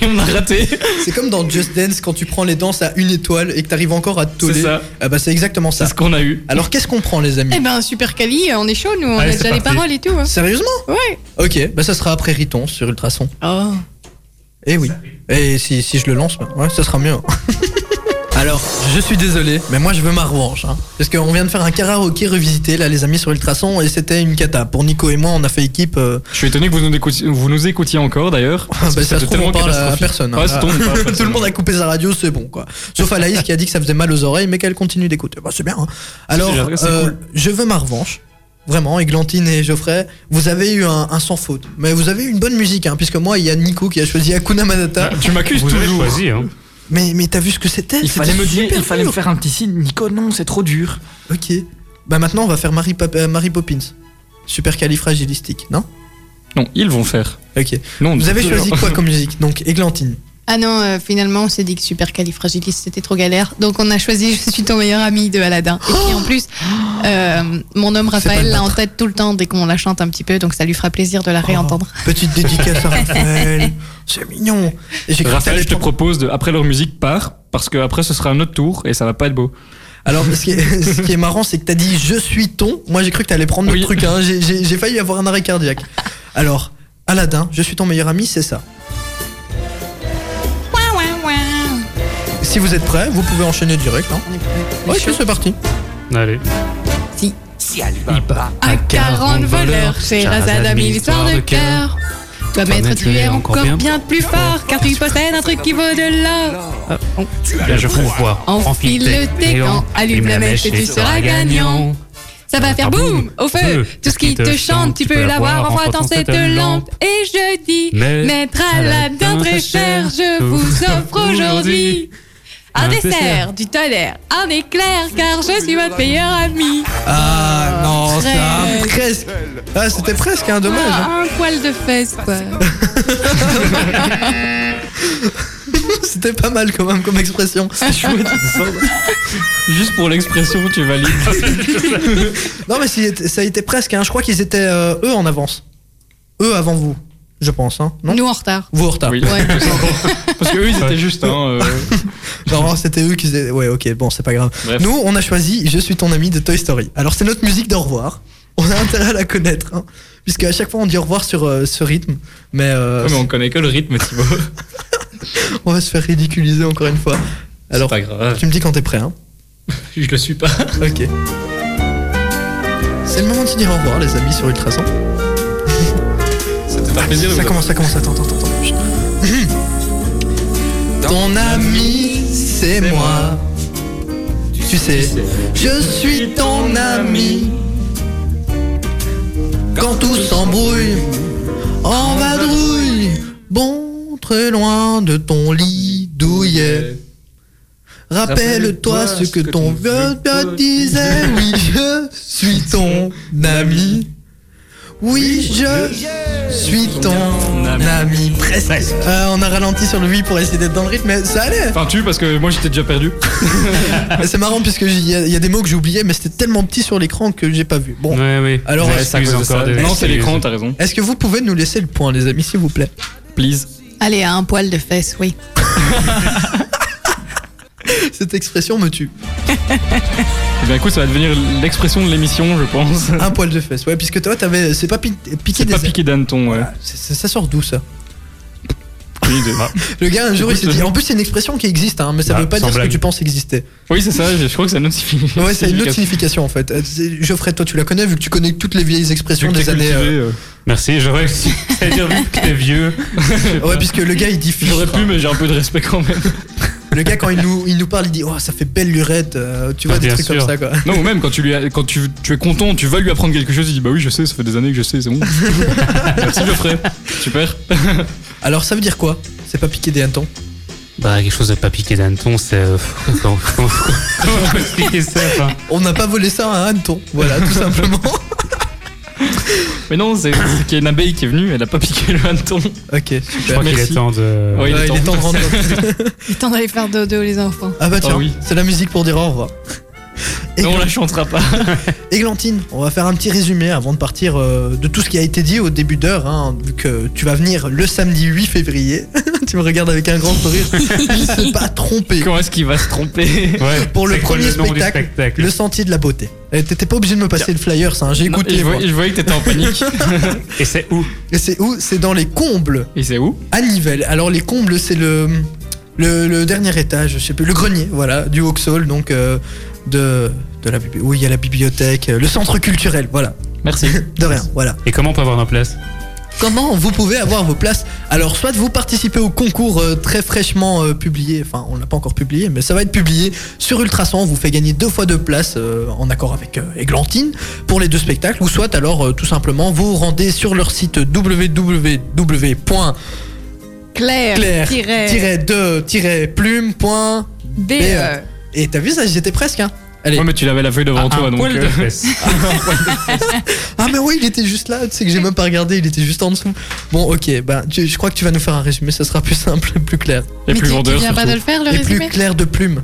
C: Et on a raté.
A: C'est comme dans Just Dance quand tu prends les danses à une étoile et que t'arrives encore à te toller.
C: C'est ça.
A: Ah bah c'est exactement ça.
C: C'est ce qu'on a eu.
A: Alors qu'est-ce qu'on prend, les amis
I: eh ben, super cali, euh, on est chaud, nous, on
B: Allez,
I: a
B: c'est
I: déjà les
B: parti.
I: paroles et tout. hein.
A: Sérieusement
I: Ouais.
A: Ok, bah ça sera après Riton sur Ultrason.
I: Oh.
A: Eh oui. Et si, si je le lance, bah, ouais, ça sera mieux. Alors, je suis désolé, mais moi je veux ma revanche. hein. Parce qu'on vient de faire un karaoké revisité, là, les amis, sur Ultrason, et c'était une cata. Pour Nico et moi, on a fait équipe. euh,
C: Je suis étonné que vous nous écoutiez, vous nous écoutiez encore d'ailleurs.
A: Ah, bah, ça se
C: C'était
A: trouve, on
C: tellement
A: parle à
C: catastrophique.
A: personne. hein.
C: Ouais, ça tombe, on parle à
A: Tout le
C: personne.
A: monde a coupé sa radio, c'est bon, quoi. Sauf Alaïs qui a dit que ça faisait mal aux oreilles, mais qu'elle continue d'écouter. Bah, c'est bien. hein. Alors,
C: C'est bien, c'est
A: euh,
C: cool.
A: je veux ma revanche. Vraiment, Églantine et Geoffrey, vous avez eu un, un sans faute. Mais vous avez eu une bonne musique, hein, puisque moi, il y a Nico qui a choisi Akuna Matata.
C: Tu m'accuses
B: Vous avez
C: toujours.
B: choisi, hein.
A: Mais, mais t'as vu ce que c'était
J: Il
A: C'était
J: fallait me dire,
A: super
J: il fallait me
A: dur.
J: faire un petit signe. Nico, non, c'est trop dur.
A: Ok. Bah, maintenant, on va faire Mary, Pop- euh, Mary Poppins. Super califragilistique, non
C: Non, ils vont faire.
A: Ok.
C: Non,
A: Vous avez
C: toujours.
A: choisi quoi comme musique Donc, Églantine.
I: Ah non, euh, finalement, on s'est dit que super califragiliste, c'était trop galère. Donc, on a choisi Je suis ton meilleur ami de Aladdin. Et puis, en plus, euh, mon homme
A: C'est pas le
I: Raphaël l'a en
A: battre.
I: tête tout le temps dès qu'on la chante un petit peu, donc ça lui fera plaisir de la réentendre.
A: Oh, petite dédicace à Raphaël. C'est mignon. Et j'ai cru que
C: Raphaël,
A: t'allais
C: je te
A: prendre-
C: propose de, après leur musique, part, parce que après ce sera notre tour et ça va pas être beau.
A: Alors, ce qui est, ce qui est marrant, c'est que t'as dit je suis ton. Moi, j'ai cru que t'allais prendre le
C: Oui.
A: truc. hein. J'ai- J'ai j'ai failli avoir un arrêt cardiaque. Alors, Aladdin, je suis ton meilleur ami, c'est ça.
I: Ouin, ouin, ouin.
A: Si vous êtes prêts, vous pouvez enchaîner direct. Hein.
I: On est prêts.
A: Ok, c'est parti.
B: Allez.
I: À 40 voleurs, chez Razad a mis l'histoire de cœur. dois
B: Internet,
I: mettre
B: je
I: du
B: l'ai
I: air
B: encore
I: encore
B: bien.
I: bien. plus fort, car tu possèdes un truc qui vaut de l'or.
C: Bah,
B: Là, je pouvoir.
I: Enfile le técan, allume la mèche et tu seras gagnant. Ça va faire boum au feu. Tout ce qui te chante, tu peux l'avoir en frottant cette lampe. Et je dis,
B: Mais-
I: maître à la dent très cher, je vous offre aujourd'hui un dessert, du tonnerre, un éclair, car je suis votre meilleur ami.
A: Ah non,
I: Très-
A: ça presque. Ah, c'était presque un dommage. hein.
I: Ah, un poil de fesse, quoi.
A: Ah. C'était pas mal quand même comme expression.
C: Juste pour l'expression, tu valides.
A: Non mais si- ça a été presque. hein. Je crois qu'ils étaient euh, eux en avance. Eux avant vous, je pense. Hein. Non.
I: Nous en retard.
A: Vous en retard.
C: Ah Oui.
I: Ouais.
C: Parce que eux, ils étaient juste. Hein, euh,
A: Genre, oh, c'était eux qui faisaient. Ouais, ok, bon, c'est pas grave.
C: Bref.
A: Nous, on a choisi Je suis ton ami de Toy Story. Alors, c'est notre musique d'au revoir. On a intérêt à la connaître, hein, puisque à chaque fois on dit au revoir sur euh, ce rythme. Mais, euh,
C: ouais, Ah, mais on connaît que le rythme, Thibaut.
A: on va se faire ridiculiser encore une fois.
C: C'est
A: Alors,
C: pas grave.
A: tu me dis quand t'es prêt. Hein.
C: Je le suis pas.
A: Ok. C'est le moment de se dire au revoir, les amis, sur Ultrason.
C: C'était un plaisir de
A: Ça
C: vous
A: commence, ça commence, attends, attends, attends. Ton ami, c'est moi. Tu sais, je suis ton ami. Quand tout s'embrouille, en vadrouille, bon, très loin de ton lit douillet. Rappelle-toi ce que ton vieux te disait. Oui, je suis ton ami. Oui, je suis ton ami. Presque. Euh, on a ralenti sur le 8 pour essayer d'être dans le rythme, mais ça allait.
C: Enfin, tu, parce que moi j'étais déjà perdu.
A: Mais C'est marrant puisque il y, a- y a des mots que j'ai oubliés, mais c'était tellement petit sur l'écran que j'ai pas vu. Bon,
B: Ouais, oui.
A: Alors,
B: Des
A: ouais,
C: C'est à cause
B: excuses
C: de ça.
B: encore, des
C: Non, c'est
B: excuses.
C: l'écran, t'as raison.
A: est-ce que vous pouvez nous laisser le point, les amis, s'il vous plaît
C: Please.
I: Allez, à un poil de fesse, oui.
A: Cette expression me tue.
C: Eh bien, écoute, ça va devenir l'expression de l'émission, je pense.
A: Un poil de fesse. Ouais, puisque toi, t'avais, c'est pas pi- piqué
C: C'est
A: des.
C: pas piqué d'hanneton, ouais.
A: C'est- c'est- ça sort d'où ça
C: Aucune idée.
A: Le gars un jour il
C: Écoute,
A: s'est dit.
C: le-
A: En plus c'est une expression qui existe, hein, mais ça
B: Ah,
A: veut pas
B: sans
A: dire ce
B: blague.
A: que tu penses exister.
C: Oui, c'est ça, je je crois que ça nous signifie.
A: Ouais, c'est une autre signification en fait. Euh, c'est- Geoffrey, toi tu la connais vu que tu connais toutes les vieilles expressions des années. euh,
B: Merci, j'aurais C'est-à-dire, vu que t'es vieux.
A: Ouais, puisque le gars il dit.
C: J'aurais pu, mais j'ai un peu de respect quand même.
A: Le gars, quand il nous, il nous parle, il dit Oh, ça fait belle lurette, euh, tu
C: Bah,
A: vois,
B: Ah,
A: des
B: bien
A: trucs
B: sûr.
A: comme ça, quoi.
C: Non, ou même quand tu, lui as- quand tu, tu es content, tu vas lui apprendre quelque chose, il dit Bah oui, je sais, ça fait des années que je sais, c'est bon. Merci, Geoffrey. Super.
A: Alors, ça veut dire quoi C'est pas piquer des hannetons
B: Bah, quelque chose de pas piqué d'hanneton, c'est. euh, Comment
C: Bah,
B: comment- comment on peut expliquer ça enfin
A: On n'a pas volé ça à un hanneton, voilà, tout simplement.
C: Mais non, c'est c'est qu'il y a une abeille qui est venue, elle a pas piqué le hanneton.
A: ok,
B: Je crois
A: super.
B: qu'il
C: Merci.
B: est temps de.
C: Oui, il est
A: Ouais, il est temps de rendre.
I: Il est temps d'aller faire dodo, les enfants.
A: Ah bah tiens,
C: Ah oui.
A: c'est la musique pour dire au revoir.
C: Non, on la chantera pas.
A: Églantine, on va faire un petit résumé avant de partir euh, de tout ce qui a été dit au début d'heure, hein, vu que tu vas venir le samedi 8 février. tu me regardes avec un grand sourire. Il s'est pas trompé.
C: Comment est-ce qu'il va se tromper
B: Ouais,
A: Pour le
B: c'est quoi
A: premier
B: nom du
A: spectacle,
B: spectacle
A: Le sentier de la beauté. Et T'étais pas obligé de me passer le flyer, ça. hein, J'ai
C: Non,
A: écouté.
C: je,
A: moi.
C: voyais, je voyais que t'étais en panique.
B: Et c'est où
A: Et c'est où C'est dans les combles.
C: Et c'est où
A: à Nivelles. Alors les combles, c'est le, le le dernier étage, je sais plus, le grenier, voilà, du Vauxhall, donc euh, de de la bibli- où il y a la bibliothèque, euh, le centre culturel, voilà.
C: Merci.
A: De rien, voilà.
B: Et comment on peut avoir nos places
A: Comment vous pouvez avoir vos places Alors, soit vous participez au concours euh, très fraîchement euh, publié, enfin, on l'a pas encore publié, mais ça va être publié sur Ultrason. On vous fait gagner deux fois deux places euh, en accord avec euh, Églantine pour les deux spectacles, ou soit alors euh, tout simplement vous vous rendez sur leur site www.
I: Claire,
A: Claire,
I: tiret,
A: tiret de, tiret plume, point.
I: BE.
A: BE. Et t'as vu ça, j'étais presque, hein. Allez.
C: Ouais, mais tu l'avais la feuille devant
B: Un
C: toi, donc.
B: poil de
C: euh,
B: fesse.
A: Ah, mais oui, il était juste là, tu sais que j'ai même pas regardé, il était juste en dessous. Bon, ok, ben, tu- je crois que tu vas nous faire un résumé, ça sera plus simple et plus clair.
C: Et
I: Mais
C: plus
I: tu-
C: vendeur.
I: Tu viens pas de
C: surtout.
I: le faire, le
A: et plus
I: résumé
A: clair de plume.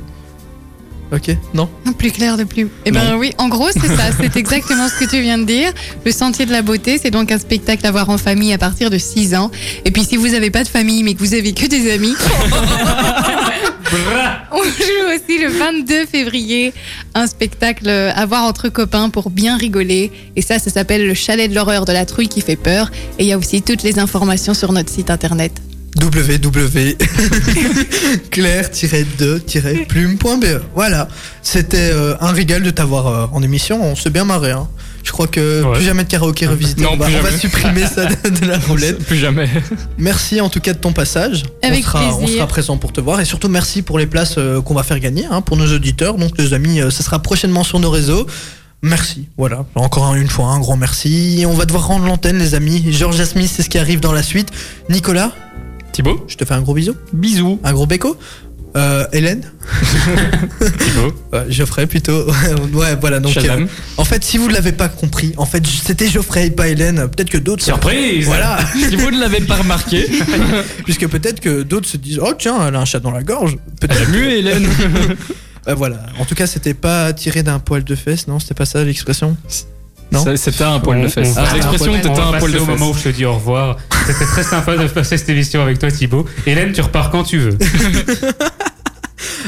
A: Ok, non
I: Non, Plus clair de plume. Eh ben oui, en gros, c'est ça. C'est exactement ce que tu viens de dire. Le Sentier de la Beauté, c'est donc un spectacle à voir en famille à partir de 6 ans. Et puis, si vous n'avez pas de famille, mais que vous avez que des amis, on joue aussi le 22 février un spectacle euh, à voir entre copains pour bien rigoler. Et ça, ça s'appelle Le Chalet de l'horreur de la trouille qui fait peur. Et il y a aussi toutes les informations sur notre site internet.
A: www E. claire-2-plume.be Voilà, c'était euh, un régal de t'avoir euh, en émission, on s'est bien marré. Hein. Je crois que
B: Ouais.
A: plus jamais de karaoké revisité.
C: Non,
A: on va,
C: plus
A: on va
C: jamais.
A: supprimer ça de, de la roulette.
C: Plus jamais.
A: Merci en tout cas de ton passage. on,
I: Avec
A: sera,
I: plaisir.
A: on sera présent pour te voir et surtout merci pour les places euh, qu'on va faire gagner hein, pour nos auditeurs. Donc les amis, euh, ça sera prochainement sur nos réseaux. Merci, voilà. Encore une fois, un grand merci. On va devoir rendre l'antenne, les amis. Georges Smith, c'est ce qui arrive dans la suite. Nicolas,
C: Thibaut
A: je te fais un gros bisou,
C: Bisous.
A: un gros béco. Euh, Hélène,
B: Thibaut.
A: Ouais, Geoffrey plutôt. ouais, voilà. Donc,
C: Shazam.
A: euh, en fait, si vous ne l'avez pas compris, en fait, c'était Geoffrey et pas Hélène. Peut-être que d'autres.
B: Surprise
A: Voilà.
C: Si vous ne l'avez pas remarqué,
A: Puisque peut-être que d'autres se disent Oh tiens, elle a un chat dans la gorge. Peut-être.
C: muet Hélène.
A: Euh, voilà. En tout cas, c'était pas tiré d'un poil de fesse, non C'était pas ça l'expression Non.
C: Ça, C'était un poil
B: On-
C: de
B: on
C: fesse.
B: va-
C: Ah, L'expression,
B: On
C: t'étais
B: va
C: un poil
B: passer
C: de
B: au moment où
C: fesse.
B: je te dis au revoir. C'était très sympa de passer cette émission avec toi, Thibaut. Hélène, tu repars quand tu veux.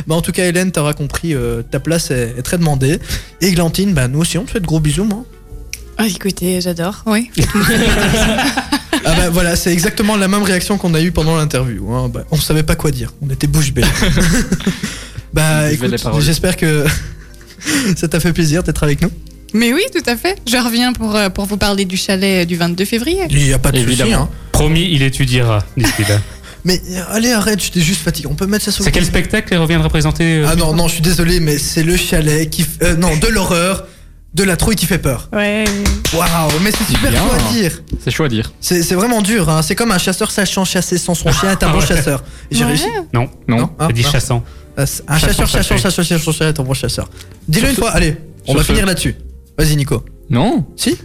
A: Bah en tout cas, Hélène, t'auras compris, euh, ta place est, est très demandée. Et Glantine, bah nous aussi, on te fait de gros bisous, hein. moi.
I: Ah, écoutez, j'adore, oui.
A: Ah bah voilà, c'est exactement la même réaction qu'on a eue pendant l'interview. hein. Bah, on savait pas quoi dire, on était bouche bée. bah
C: Belle
A: écoute,
C: parole.
A: j'espère que ça t'a fait plaisir d'être avec nous.
I: Mais oui, tout à fait. Je reviens pour, euh, pour vous parler du chalet euh, du 22 février.
A: Il n'y a pas de souci.
C: Évidemment.
A: Hein.
B: Promis, il étudiera, dit-il.
A: Mais euh, allez, arrête, j'étais juste fatigué. On peut mettre ça sur
B: C'est quel spectacle elle reviendra présenter euh,
A: Ah non, non, je suis désolé, mais c'est le chalet qui. f- euh, non, de l'horreur, de la trouille qui fait peur.
I: Ouais.
A: Waouh, mais c'est super
C: Bien.
A: quoi à dire.
C: C'est chaud à dire.
A: C'est c'est vraiment dur, hein. c'est comme un chasseur sachant chasser sans son chien est un bon
B: Ah Ouais.
A: chasseur. Et J'ai
I: Ouais.
A: réussi.
B: Non,
C: Non.
A: Ah,
B: t'as dit
A: ah.
B: chassant.
A: Ah, c'est- Un
B: Chasseur
A: chasseur chachant,
B: chassé.
A: chasseur chachant, chasseur est un bon chasseur. Dis-le
C: Sur
A: une
C: ce-
A: fois, allez, on
C: sur
A: va
C: ce-
A: finir là-dessus. Vas-y Nico.
C: Non
A: Si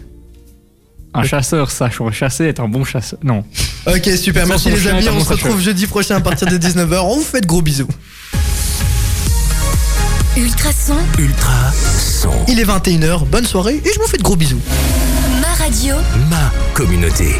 C: Un chasseur, sache chasser, est un bon chasseur. Non.
A: Ok, super,
C: Sans
A: merci
C: son
A: les
C: chien,
A: amis,
C: t'as
A: on
C: mon
A: se retrouve
C: chacheux.
A: jeudi prochain à partir de 19h. On vous fait de gros bisous.
D: Ultrason,
H: Ultra son.
A: Il est 21h, bonne soirée et je vous fais de gros bisous.
D: ma radio.
H: Ma communauté.